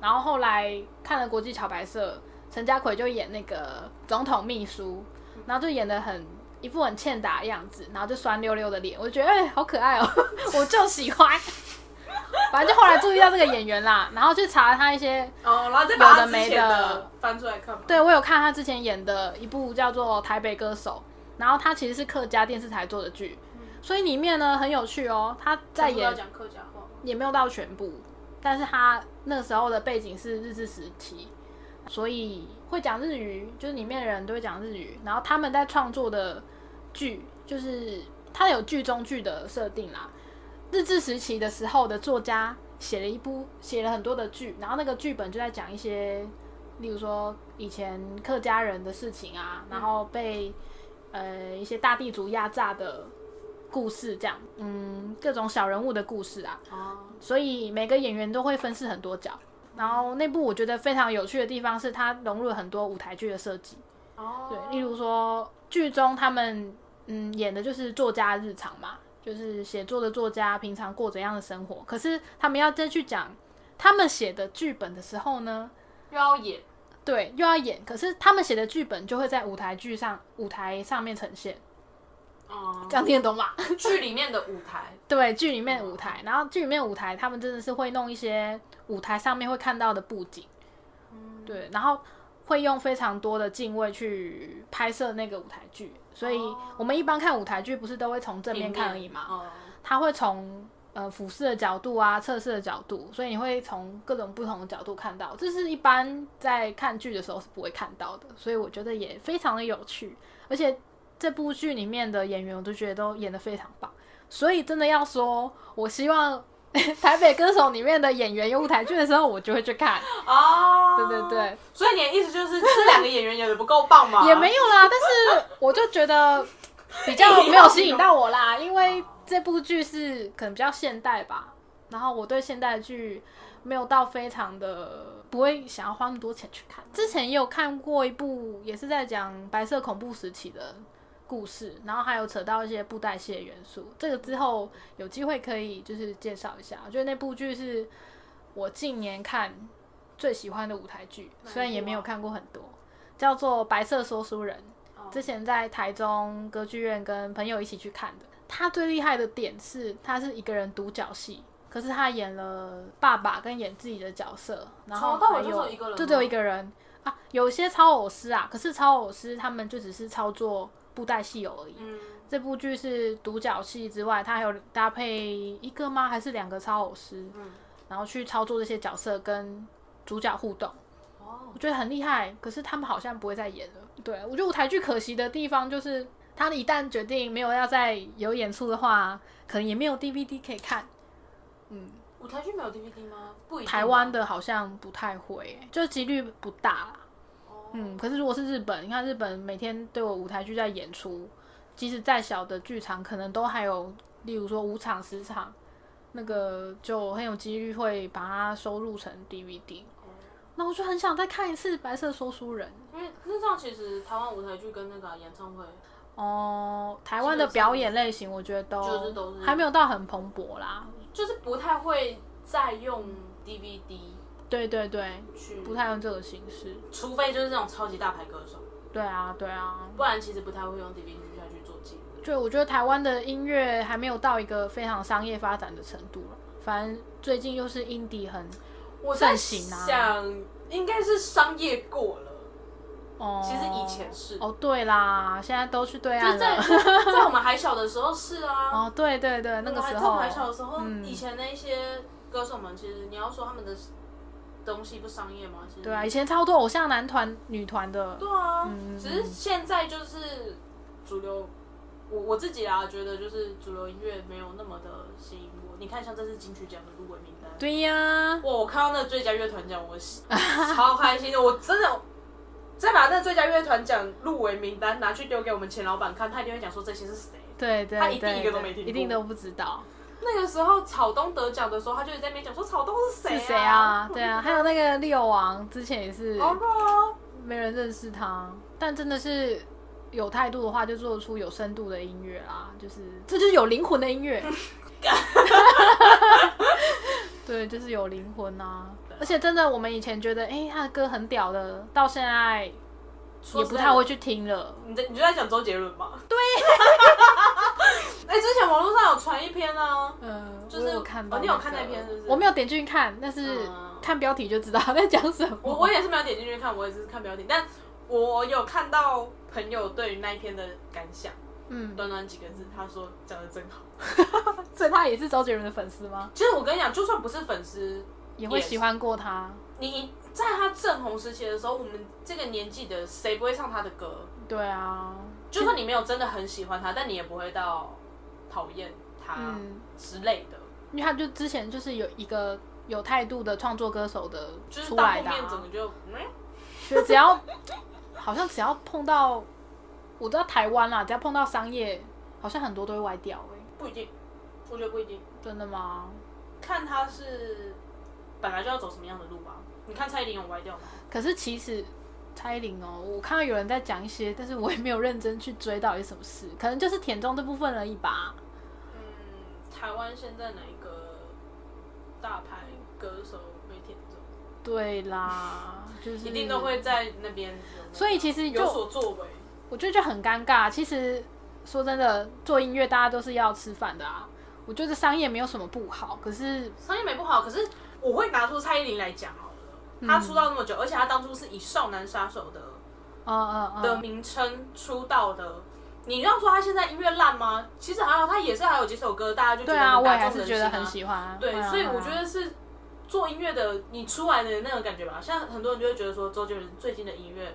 S2: 然后后来看了国际桥白色，陈家奎就演那个总统秘书，
S3: 嗯
S2: 然后就演的很一副很欠打的样子，然后就酸溜溜的脸，我就觉得哎、好可爱哦， 我就喜 欢。反正就后来注意到这个演员啦，然后去查他一些，
S3: 哦，然后再把
S2: 有
S3: 他
S2: 的
S3: 之
S2: 没
S3: 前
S2: 的
S3: 的翻出来看嘛。
S2: 对我有看他之前演的一部叫做《台北歌手》，然后他其实是客家电视台做的剧，所以里面呢很有趣哦，他在
S3: 全部都要
S2: 演
S3: 讲客家话吗。
S2: 也没有到全部，但是他那时候的背景是日治时期，所以会讲日语，就是里面的人都会讲日语。然后他们在创作的剧，就是他有剧中剧的设定啦。日治时期的时候的作家写了一部，写了很多的剧，然后那个剧本就在讲一些，例如说以前客家人的事情啊，然后被呃一些大地主压榨的故事，这样，嗯，各种小人物的故事啊。
S3: 哦，
S2: 所以每个演员都会分饰很多角。然后那部我觉得非常有趣的地方是，它融入了很多舞台剧的设计，
S3: 哦，
S2: 对，例如说剧中他们嗯演的就是作家日常嘛，就是写作的作家平常过怎样的生活。可是他们要再去讲他们写的剧本的时候呢，
S3: 又要演，
S2: 对，又要演，可是他们写的剧本就会在舞台剧上舞台上面呈现，
S3: 哦，
S2: 这样听得懂吗？
S3: 剧里面的舞台，
S2: 对，剧里面的舞台，然后剧里面的舞台，他们真的是会弄一些舞台上面会看到的布景，
S3: 嗯
S2: 对，然后会用非常多的敬畏去拍摄那个舞台剧，所以
S3: 哦
S2: 我们一般看舞台剧不是都会从正面
S3: 平
S2: 看而已嘛，
S3: 哦，
S2: 他会从呃俯视的角度啊、侧视的角度，所以你会从各种不同的角度看到，这是一般在看剧的时候是不会看到的，所以我觉得也非常的有趣，而且这部剧里面的演员我都觉得都演得非常棒，所以真的要说，我希望。 台北歌手里面的演员有舞台剧的时候，我就会去看。
S3: 哦，
S2: 对对对，
S3: 所以你的意思就是 这两个演员演的不够棒吗？
S2: 也没有啦，但是我就觉得比较没有吸引到我啦，因为这部剧是可能比较现代吧，然后我对现代剧没有到非常的不会想要花那么多钱去看。之前也有看过一部，也是在讲白色恐怖时期的。故事，然后还有扯到一些布袋戏的元素，这个之后有机会可以就是介绍一下。我觉得那部剧是我近年看最喜欢的舞台剧，
S3: 哪一
S2: 虽然也
S3: 部
S2: 没
S3: 啊
S2: 有看过很多，叫做《白色说书人》，
S3: 哦
S2: 之前在台中歌剧院跟朋友一起去看的。他最厉害的点是，他是一个人独角戏，可是他演了爸爸跟演自己的角色，然后
S3: 从头到
S2: 还
S3: 哦
S2: 有
S3: 尾就只有一个人
S2: 就只有
S3: 吗
S2: 一个人啊。有些超偶师啊，可是超偶师他们就只是操作布袋戏偶而已。
S3: 嗯，
S2: 这部剧是独角戏之外，它还有搭配一个吗？还是两个超偶师，
S3: 嗯
S2: 然后去操作这些角色跟主角互动。
S3: 哦
S2: 我，觉得很厉害，可是他们好像不会再演了。对我觉得舞台剧可惜的地方就是，他一旦决定没有要再有演出的话，可能也没有 DVD 可以看。嗯，
S3: 舞台剧没有 DVD 吗？不一定吧
S2: 台湾，的好像不太会、就几率不大啦。
S3: 哦
S2: 嗯，可是如果是日本，你看日本每天都有舞台剧在演出，即使再小的剧场，可能都还有，例如说五场十场，那个就很有几率会把它收录成 DVD。那
S3: 哦
S2: 我就很想再看一次《白色说书人》。
S3: 因为那这样其实台湾舞台剧跟那个演唱会，
S2: 哦，台湾的表演类型，我觉得都
S3: 就是都是
S2: 还没有到很蓬勃啦。
S3: 就是不太会再用 DVD
S2: 对对对，
S3: 去，
S2: 不太用这个形式。
S3: 除非就是那种超级大牌歌手，
S2: 对啊，对啊，
S3: 不然其实不太会用 DVD 下去做
S2: 就我觉得台湾的音乐还没有到一个非常商业发展的程度了。反正最近又是 indie 很
S3: 我在
S2: 盛行啊
S3: 想，应该是商业过了。
S2: 哦，
S3: 其实以前是
S2: 哦，对啦，现在都去对
S3: 就是
S2: 岸
S3: 在
S2: 了。
S3: 在 我们还小的时候是啊，
S2: 啊哦，对对对，那
S3: 我
S2: 个
S3: 还
S2: 时
S3: 在
S2: 候
S3: 我还小的时候，
S2: 嗯
S3: 以前那些歌手们，其实你要说他们的东西不商业吗？其实
S2: 对啊，以前超多偶像男团、女团的，
S3: 对啊，
S2: 嗯
S3: 只是现在就是主流，我我自己啊觉得就是主流音乐没有那么的吸引我。你看像这次金曲奖的入围名单，
S2: 对呀，
S3: 哇，我看到那个最佳乐团奖，我是超开心的，我真的。再把那个最佳乐团奖入围名单拿去丢给我们钱老板看，他一定会讲说这些是谁。
S2: 对对，
S3: 他一定
S2: 对
S3: 一个都
S2: 对
S3: 没听
S2: 一定
S3: 过
S2: 都不知道
S3: 那个时候草东得奖的时候，他就一直在那边讲说草东是谁、
S2: 是
S3: 啊、
S2: 谁啊？对啊，还有那个六王之前也是
S3: 好吧，
S2: 没人认识他，但真的是有态度的话，就做出有深度的音乐啦，就是这就是有灵魂的音 乐。对，就是有灵魂啊！而且真的，我们以前觉得，哎、他的歌很屌的，到现在也
S3: 也
S2: 不太会。去听了。
S3: 你在你就在讲周杰伦吗？对。 哎、之前网络上有传一篇啊，
S2: 嗯，
S3: 就是
S2: 我有看到、
S3: 哦你有看那篇是不是
S2: 我没有点进去看，但是
S3: 嗯
S2: 看标题就知道他在讲什么。
S3: 我我也是没有点进去看，我也是看标题，但我有看到朋友对于那一篇的感想，
S2: 嗯，
S3: 短短几个字，他说讲的真好。
S2: 所以他也是周杰伦的粉丝吗？
S3: 其实我跟你讲，就算不是粉丝，
S2: 也会
S3: Yes
S2: 喜欢过他。
S3: 你在他正红时期的时候，我们这个年纪的谁不会唱他的歌？
S2: 对啊，
S3: 就算你没有真的很喜欢他，但你也不会到讨厌他
S2: 嗯，
S3: 之类的。
S2: 因为他就之前就是有一个有态度的创作歌手的
S3: 就是
S2: 出
S3: 到
S2: 来
S3: 后
S2: 的、
S3: 面整
S2: 啊
S3: 个，就嗯，
S2: 就只要 好像只要碰到，我知道台湾啦，只要碰到商业，好像很多都会歪掉哎、
S3: 不一定，我觉得不一定，
S2: 真的吗？
S3: 看他是本来就要走什么样的路吧。你看蔡依林有歪掉吗？
S2: 可是其实蔡依林哦，我看到有人在讲一些，但是我也没有认真去追到底什么事，可能就是田中这部分而已吧。
S3: 嗯，台湾现在哪一个大牌歌手被舔中？
S2: 对啦，就是
S3: 一定都会在那边有那个，
S2: 所以其实就
S3: 有嗯所作为。
S2: 我觉得就很尴尬。啊其实说真的，做音乐大家都是要吃饭的啊。我觉得商业没有什么不好，可是
S3: 商业美不好，可是我会拿出蔡依林来讲好了。她出道那么久，而且她当初是以少男杀手的
S2: 嗯嗯
S3: 的
S2: 嗯，
S3: 名称出道的。你要说她现在音乐烂吗？其实还好，她也是还有几首歌，大家就觉
S2: 对
S3: 得
S2: 啊，
S3: 很
S2: 我也
S3: 打
S2: 还
S3: 中
S2: 是
S3: 人
S2: 觉
S3: 心
S2: 得
S3: 啊
S2: 很喜欢。
S3: 对，
S2: 啊
S3: 所以
S2: 啊
S3: 我觉得是做音乐的你出来的那种感觉吧。像很多人就会觉得说周杰伦最近的音乐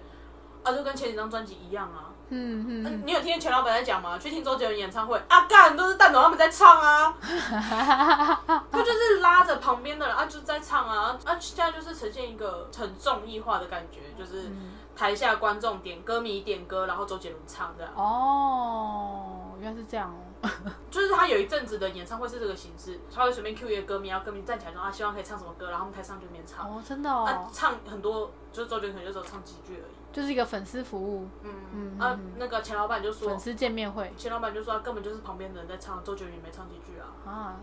S3: 啊，就跟前几张专辑一样啊。
S2: 嗯嗯嗯，
S3: 你有听钱老板在讲吗？去听周杰伦演唱会啊，干都是蛋总他们在唱啊， 他就是拉着旁边的人啊就在唱啊啊，现在就是呈现一个很综艺化的感觉，就是
S2: 嗯
S3: 台下观众点歌迷点歌，然后周杰伦唱这样。
S2: 哦，原来是这样 哦。
S3: 就是他有一阵子的演唱会是这个形式，他会随便 Q 一个歌迷，然后歌迷站起来说啊，希望可以唱什么歌，然后他们台上就边唱。
S2: 哦，真的
S3: 啊
S2: 哦，，
S3: 唱很多，就是周杰伦可能就只有唱几句而已。
S2: 就是一个粉丝服务，
S3: 嗯啊，那个钱老板就说
S2: 粉，丝见面会
S3: 钱老板就说他根本就是旁边的人在唱，周杰伦也没唱几句啊，
S2: 啊，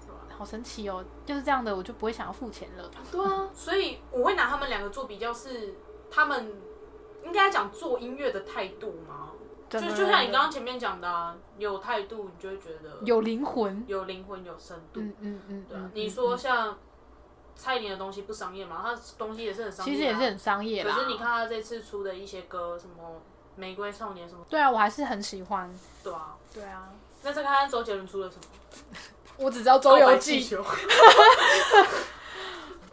S3: 是吧？
S2: 好神奇哦！就是这样的，我就不会想要付钱了。
S3: 对啊，所以我会拿他们两个做比较，是他们应该讲做音乐的态度吗？就
S2: 真的
S3: 就像你刚刚前面讲的、啊，有态度，你就会觉得
S2: 有灵魂，
S3: 有灵魂、有深度。
S2: 嗯嗯嗯，
S3: 对啊
S2: 嗯，
S3: 你说像蔡依林的东西不商业嘛？她的东西也是很商业、啊，
S2: 其实也是很商业啦。
S3: 可是你看她这次出的一些歌，什么《玫瑰少年》什么，
S2: 对啊，我还是很喜欢。
S3: 对啊。
S2: 对啊，
S3: 那再看看周杰伦出了什么《
S2: 我只知道《周游记》。
S3: 球》。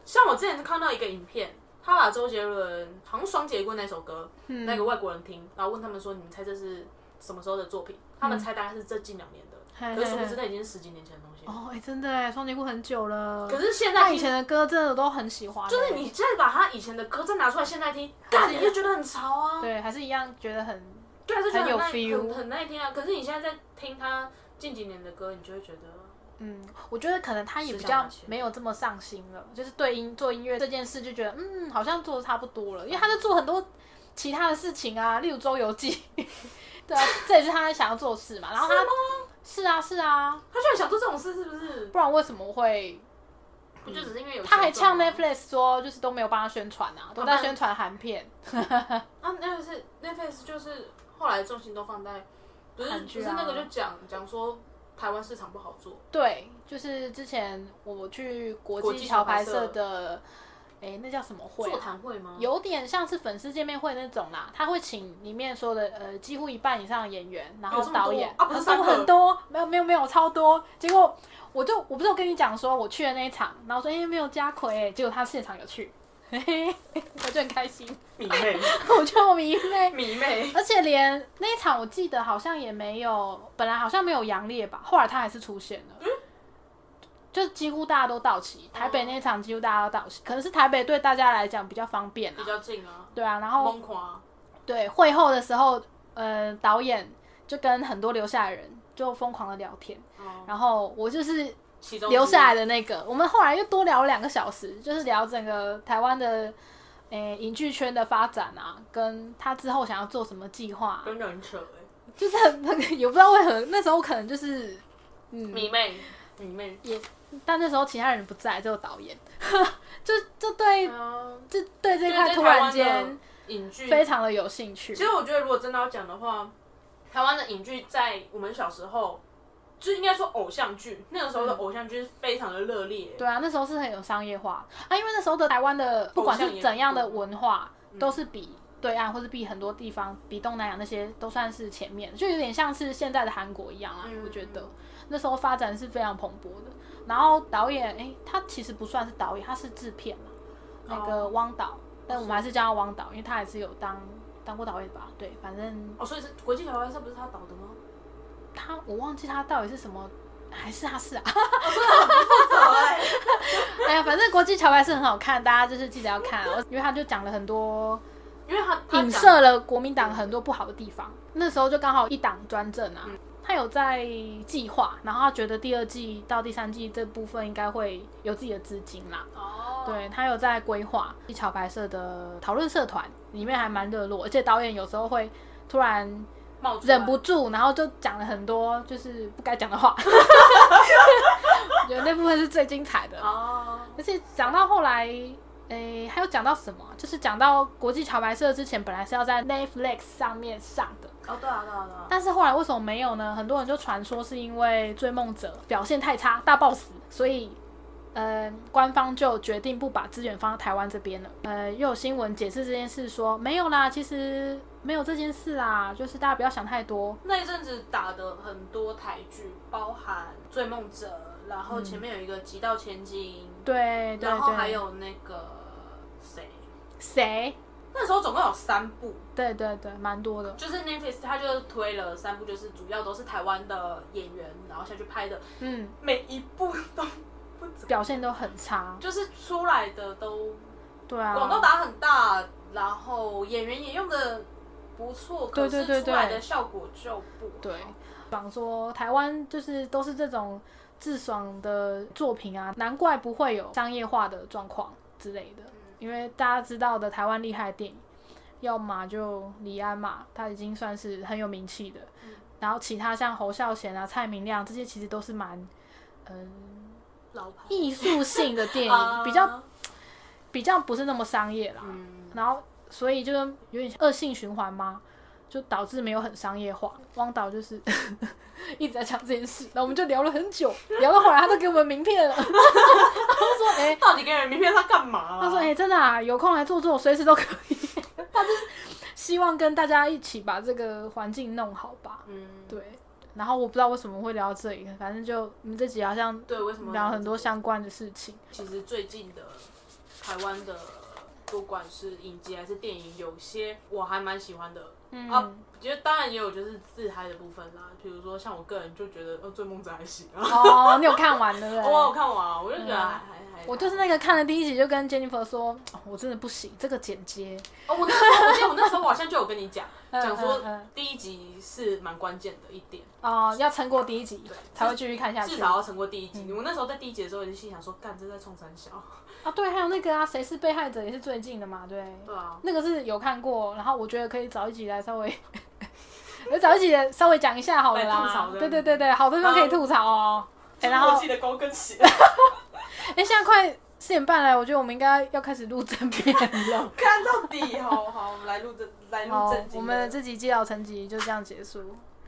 S3: 像我之前看到一个影片，他把周杰伦好像《双截棍》那首歌，
S2: 嗯
S3: 那个外国人听，然后问他们说：“你们猜这是什么时候的作品？”他们猜大概是这近两年的，
S2: 嗯嘿
S3: 可是殊不
S2: 嘿
S3: 知那已经是十几年前的东西。
S2: 哦，哎、真的哎，双截棍很久了。
S3: 可是现在
S2: 他
S3: 听
S2: 以前的歌真的都很喜欢，欸
S3: 就是你现在把他以前的歌再拿出来，现在听，干你就觉得很潮啊，
S2: 对，还是一样觉得很
S3: 对，还啊是觉得
S2: 很有
S3: 耐
S2: feel
S3: 很很耐听啊。可是你现在在听他近几年的歌，你就会觉得，
S2: 嗯，我觉得可能他也
S3: 是
S2: 比
S3: 想
S2: 较
S3: 拿钱
S2: 没有这么上心了，就是对音做音乐这件事就觉得嗯，好像做的差不多了，因为他在做很多其他的事情啊，例如《周游记》， 对啊，这也是他想要做的事嘛。然后他是啊是啊，
S3: 他居然想做这种事，是不是？
S2: 不然为什么会？
S3: 不就只是因为有
S2: 嗯他还
S3: 钱赚
S2: 呛
S3: 啊吗
S2: Netflix 说，就是都没有帮他宣传啊，都
S3: 好吧
S2: 在宣传韩片。
S3: 啊，那个是 Netflix，就是后来重心都放在不是
S2: 韩
S3: 不
S2: 剧
S3: 是
S2: 啊
S3: 那个就讲讲说台湾市场不好做，
S2: 对，就是之前我去国
S3: 国
S2: 际
S3: 际
S2: 桥
S3: 桥
S2: 牌
S3: 牌
S2: 社
S3: 社
S2: 的，哎，那叫什么会、
S3: 座
S2: 啊？
S3: 谈会吗？
S2: 有点像是粉丝见面会那种啦，他会请里面说的呃几乎一半以上的演员，然后
S3: 有这么
S2: 导
S3: 多
S2: 演，
S3: 啊不是
S2: 很
S3: 三
S2: 多
S3: 个
S2: 很多，没有没有没有超多。结果我就我不是有跟你讲说我去的那一场，然后说哎、没有加奎、结果他现场有去， 嘿嘿，我就很开心，
S3: 迷妹，
S2: 我就迷妹。
S3: 迷妹，
S2: 而且连那一场我记得好像也没有，本来好像没有杨烈吧，后来他还是出现
S3: 嗯
S2: 了。就几乎大家都到齐，台
S3: 哦
S2: 北那一场几乎大家都到齐，可能是台北对大家来讲比较方便啊
S3: 比。较近啊，
S2: 对啊，然后
S3: 疯狂
S2: 对会后的时候，呃，导演就跟很多留下来的人就疯狂的聊天，
S3: 啊，
S2: 然后我就是
S3: 其中
S2: 留下来
S3: 的
S2: 的那个，我们后来又多聊了两个小时，就是聊整个台湾的诶影剧圈的发展啊，跟他之后想要做什么计划啊、
S3: 跟人扯欸
S2: 就是很很 也不知道为何那时候可能就是嗯，
S3: 迷妹迷妹，
S2: 也但那时候其他人不在，只有导演，就就对
S3: 嗯，
S2: 这对这一块
S3: 就嗯是对
S2: 突然
S3: 台湾
S2: 间
S3: 的影剧
S2: 非常的有兴趣。
S3: 其实我觉得，如果真的要讲的话，台湾的影剧在我们小时候，就是应该说偶像剧，那个时候的偶像剧是非常的热烈。
S2: 嗯对啊，那时候是很有商业化啊，因为那时候的台湾的不管是怎样的文化，都是比对岸或是比很多地方，比东南亚那些都算是前面，就有点像是现在的韩国一样啊。
S3: 嗯
S2: 我觉得那时候发展是非常蓬勃的。然后导演，哎、他其实不算是导演，他是制片嘛，那个
S3: 哦
S2: 汪导，但我们还是叫他汪导，因为他还是有当当过导演吧？对，反正
S3: 哦，所以是国际小拍社不是他导的吗？
S2: 他我忘记他到底是什么，还是他是啊， 哎呀，反正国际桥牌是很好看，大家就是记得要看哦，因为他就讲了很多
S3: 因为他他
S2: 影
S3: 讲
S2: 射了国民党很多不好的地方。那时候就刚好一党专政啊，
S3: 嗯
S2: 他有在计划，然后他觉得第二季到第三季这部分应该会有自己的资金啦。
S3: 哦，
S2: 对他有在规划一桥牌社的讨论社团，里面还蛮热络，而且导演有时候会突然
S3: 冒出来
S2: 忍不住，然后就讲了很多就是不该讲的话。 我觉得那部分是最精彩的。
S3: 哦，
S2: 而且讲到后来，诶、还有讲到什么啊？就是讲到国际桥牌社之前，本来是要在 Netflix 上面上的，
S3: 哦对啊对啊对啊，
S2: 但是后来为什么没有呢？很多人就传说是因为《追梦者》表现太差，大爆死，所以。呃，官方就决定不把资源放到台湾这边了。呃，又有新闻解释这件事说没有啦，其实没有这件事啦，就是大家不要想太多。
S3: 那一阵子打的很多台剧，包含《追梦者》，然后前面有一个《极道千金》
S2: 对对对。
S3: 然后还有那个谁，
S2: 谁？
S3: 那时候总共有三部，
S2: 对对对，蛮多的。
S3: 就是 Netflix 它就推了三部，就是主要都是台湾的演员，然后下去拍的，
S2: 嗯，
S3: 每一部都不怎么，
S2: 表现都很差。
S3: 就是出来的都
S2: 对啊。
S3: 广告打很大，然后演员也用的不错，
S2: 对对
S3: 可是
S2: 对
S3: 出来
S2: 对
S3: 的效果就不好
S2: 对，讲说台湾就是都是这种自爽的作品啊，难怪不会有商业化的状况之类的，因为大家知道的台湾厉害的电影，要么就李安嘛，他已经算是很有名气的，然后其他像侯孝贤啊、蔡明亮这些，其实都是蛮嗯、
S3: 老牌
S2: 艺术性的电
S3: 啊
S2: 影，比较比较不是那么商业啦，
S3: 嗯
S2: 然后所以就是有点恶性循环嘛，就导致没有很商业化。汪导就是 一直在讲这件事，然后我们就聊了很久，聊到后来他都给我们名片了，他就说：“哎、
S3: 到底给人名片他干嘛啦？
S2: 他说：“哎、真的啊，有空来坐坐，随时都可以。” 他就是希望跟大家一起把这个环境弄好吧。
S3: 嗯，
S2: 对，然后我不知道为什么会聊到这里，反正就我们这集好像
S3: 对，为什么
S2: 聊很多相关的事情。
S3: 其实最近的台湾的，不管是影集还是电影，有些我还蛮喜欢的。
S2: 嗯，
S3: 啊，觉得当然也有就是自嗨的部分啦，比如说像我个人就觉得，呃，追梦者还行啊。
S2: 哦，你有看完对不对？
S3: 我有看完啊，我就觉得
S2: 嗯
S3: 还还还。
S2: 我就是那个看了第一集就跟 Jennifer 说，哦我真的不行，这个剪接，
S3: 哦，我那时候我记得我 那时候好像就有跟你讲，
S2: 嗯
S3: 讲说
S2: 嗯嗯
S3: 第一集是蛮关键的一点，
S2: 哦、要撑过第一集才会继续看下
S3: 至
S2: 去。
S3: 少要撑过第一集。
S2: 嗯
S3: 我那时候在第一集的时候，我就心想说，干这在冲三小。
S2: 啊，对，还有那个啊，谁是被害者也是最近的嘛，对，
S3: 对啊，
S2: 那个是有看过，然后我觉得可以找一集来稍微， 我找一集来稍微讲一下好了
S3: 来吐
S2: 啦
S3: 槽。的
S2: 对对对对，好的地方可以吐槽哦。哎、然后
S3: 记得高跟 鞋。
S2: 哎、现在快四点半了，我觉得我们应该要开始录正片 了。
S3: 看到底，好好，我们来录正，来
S2: 好
S3: 录正，经的。
S2: 我们这集《基佬成集》就这样结束，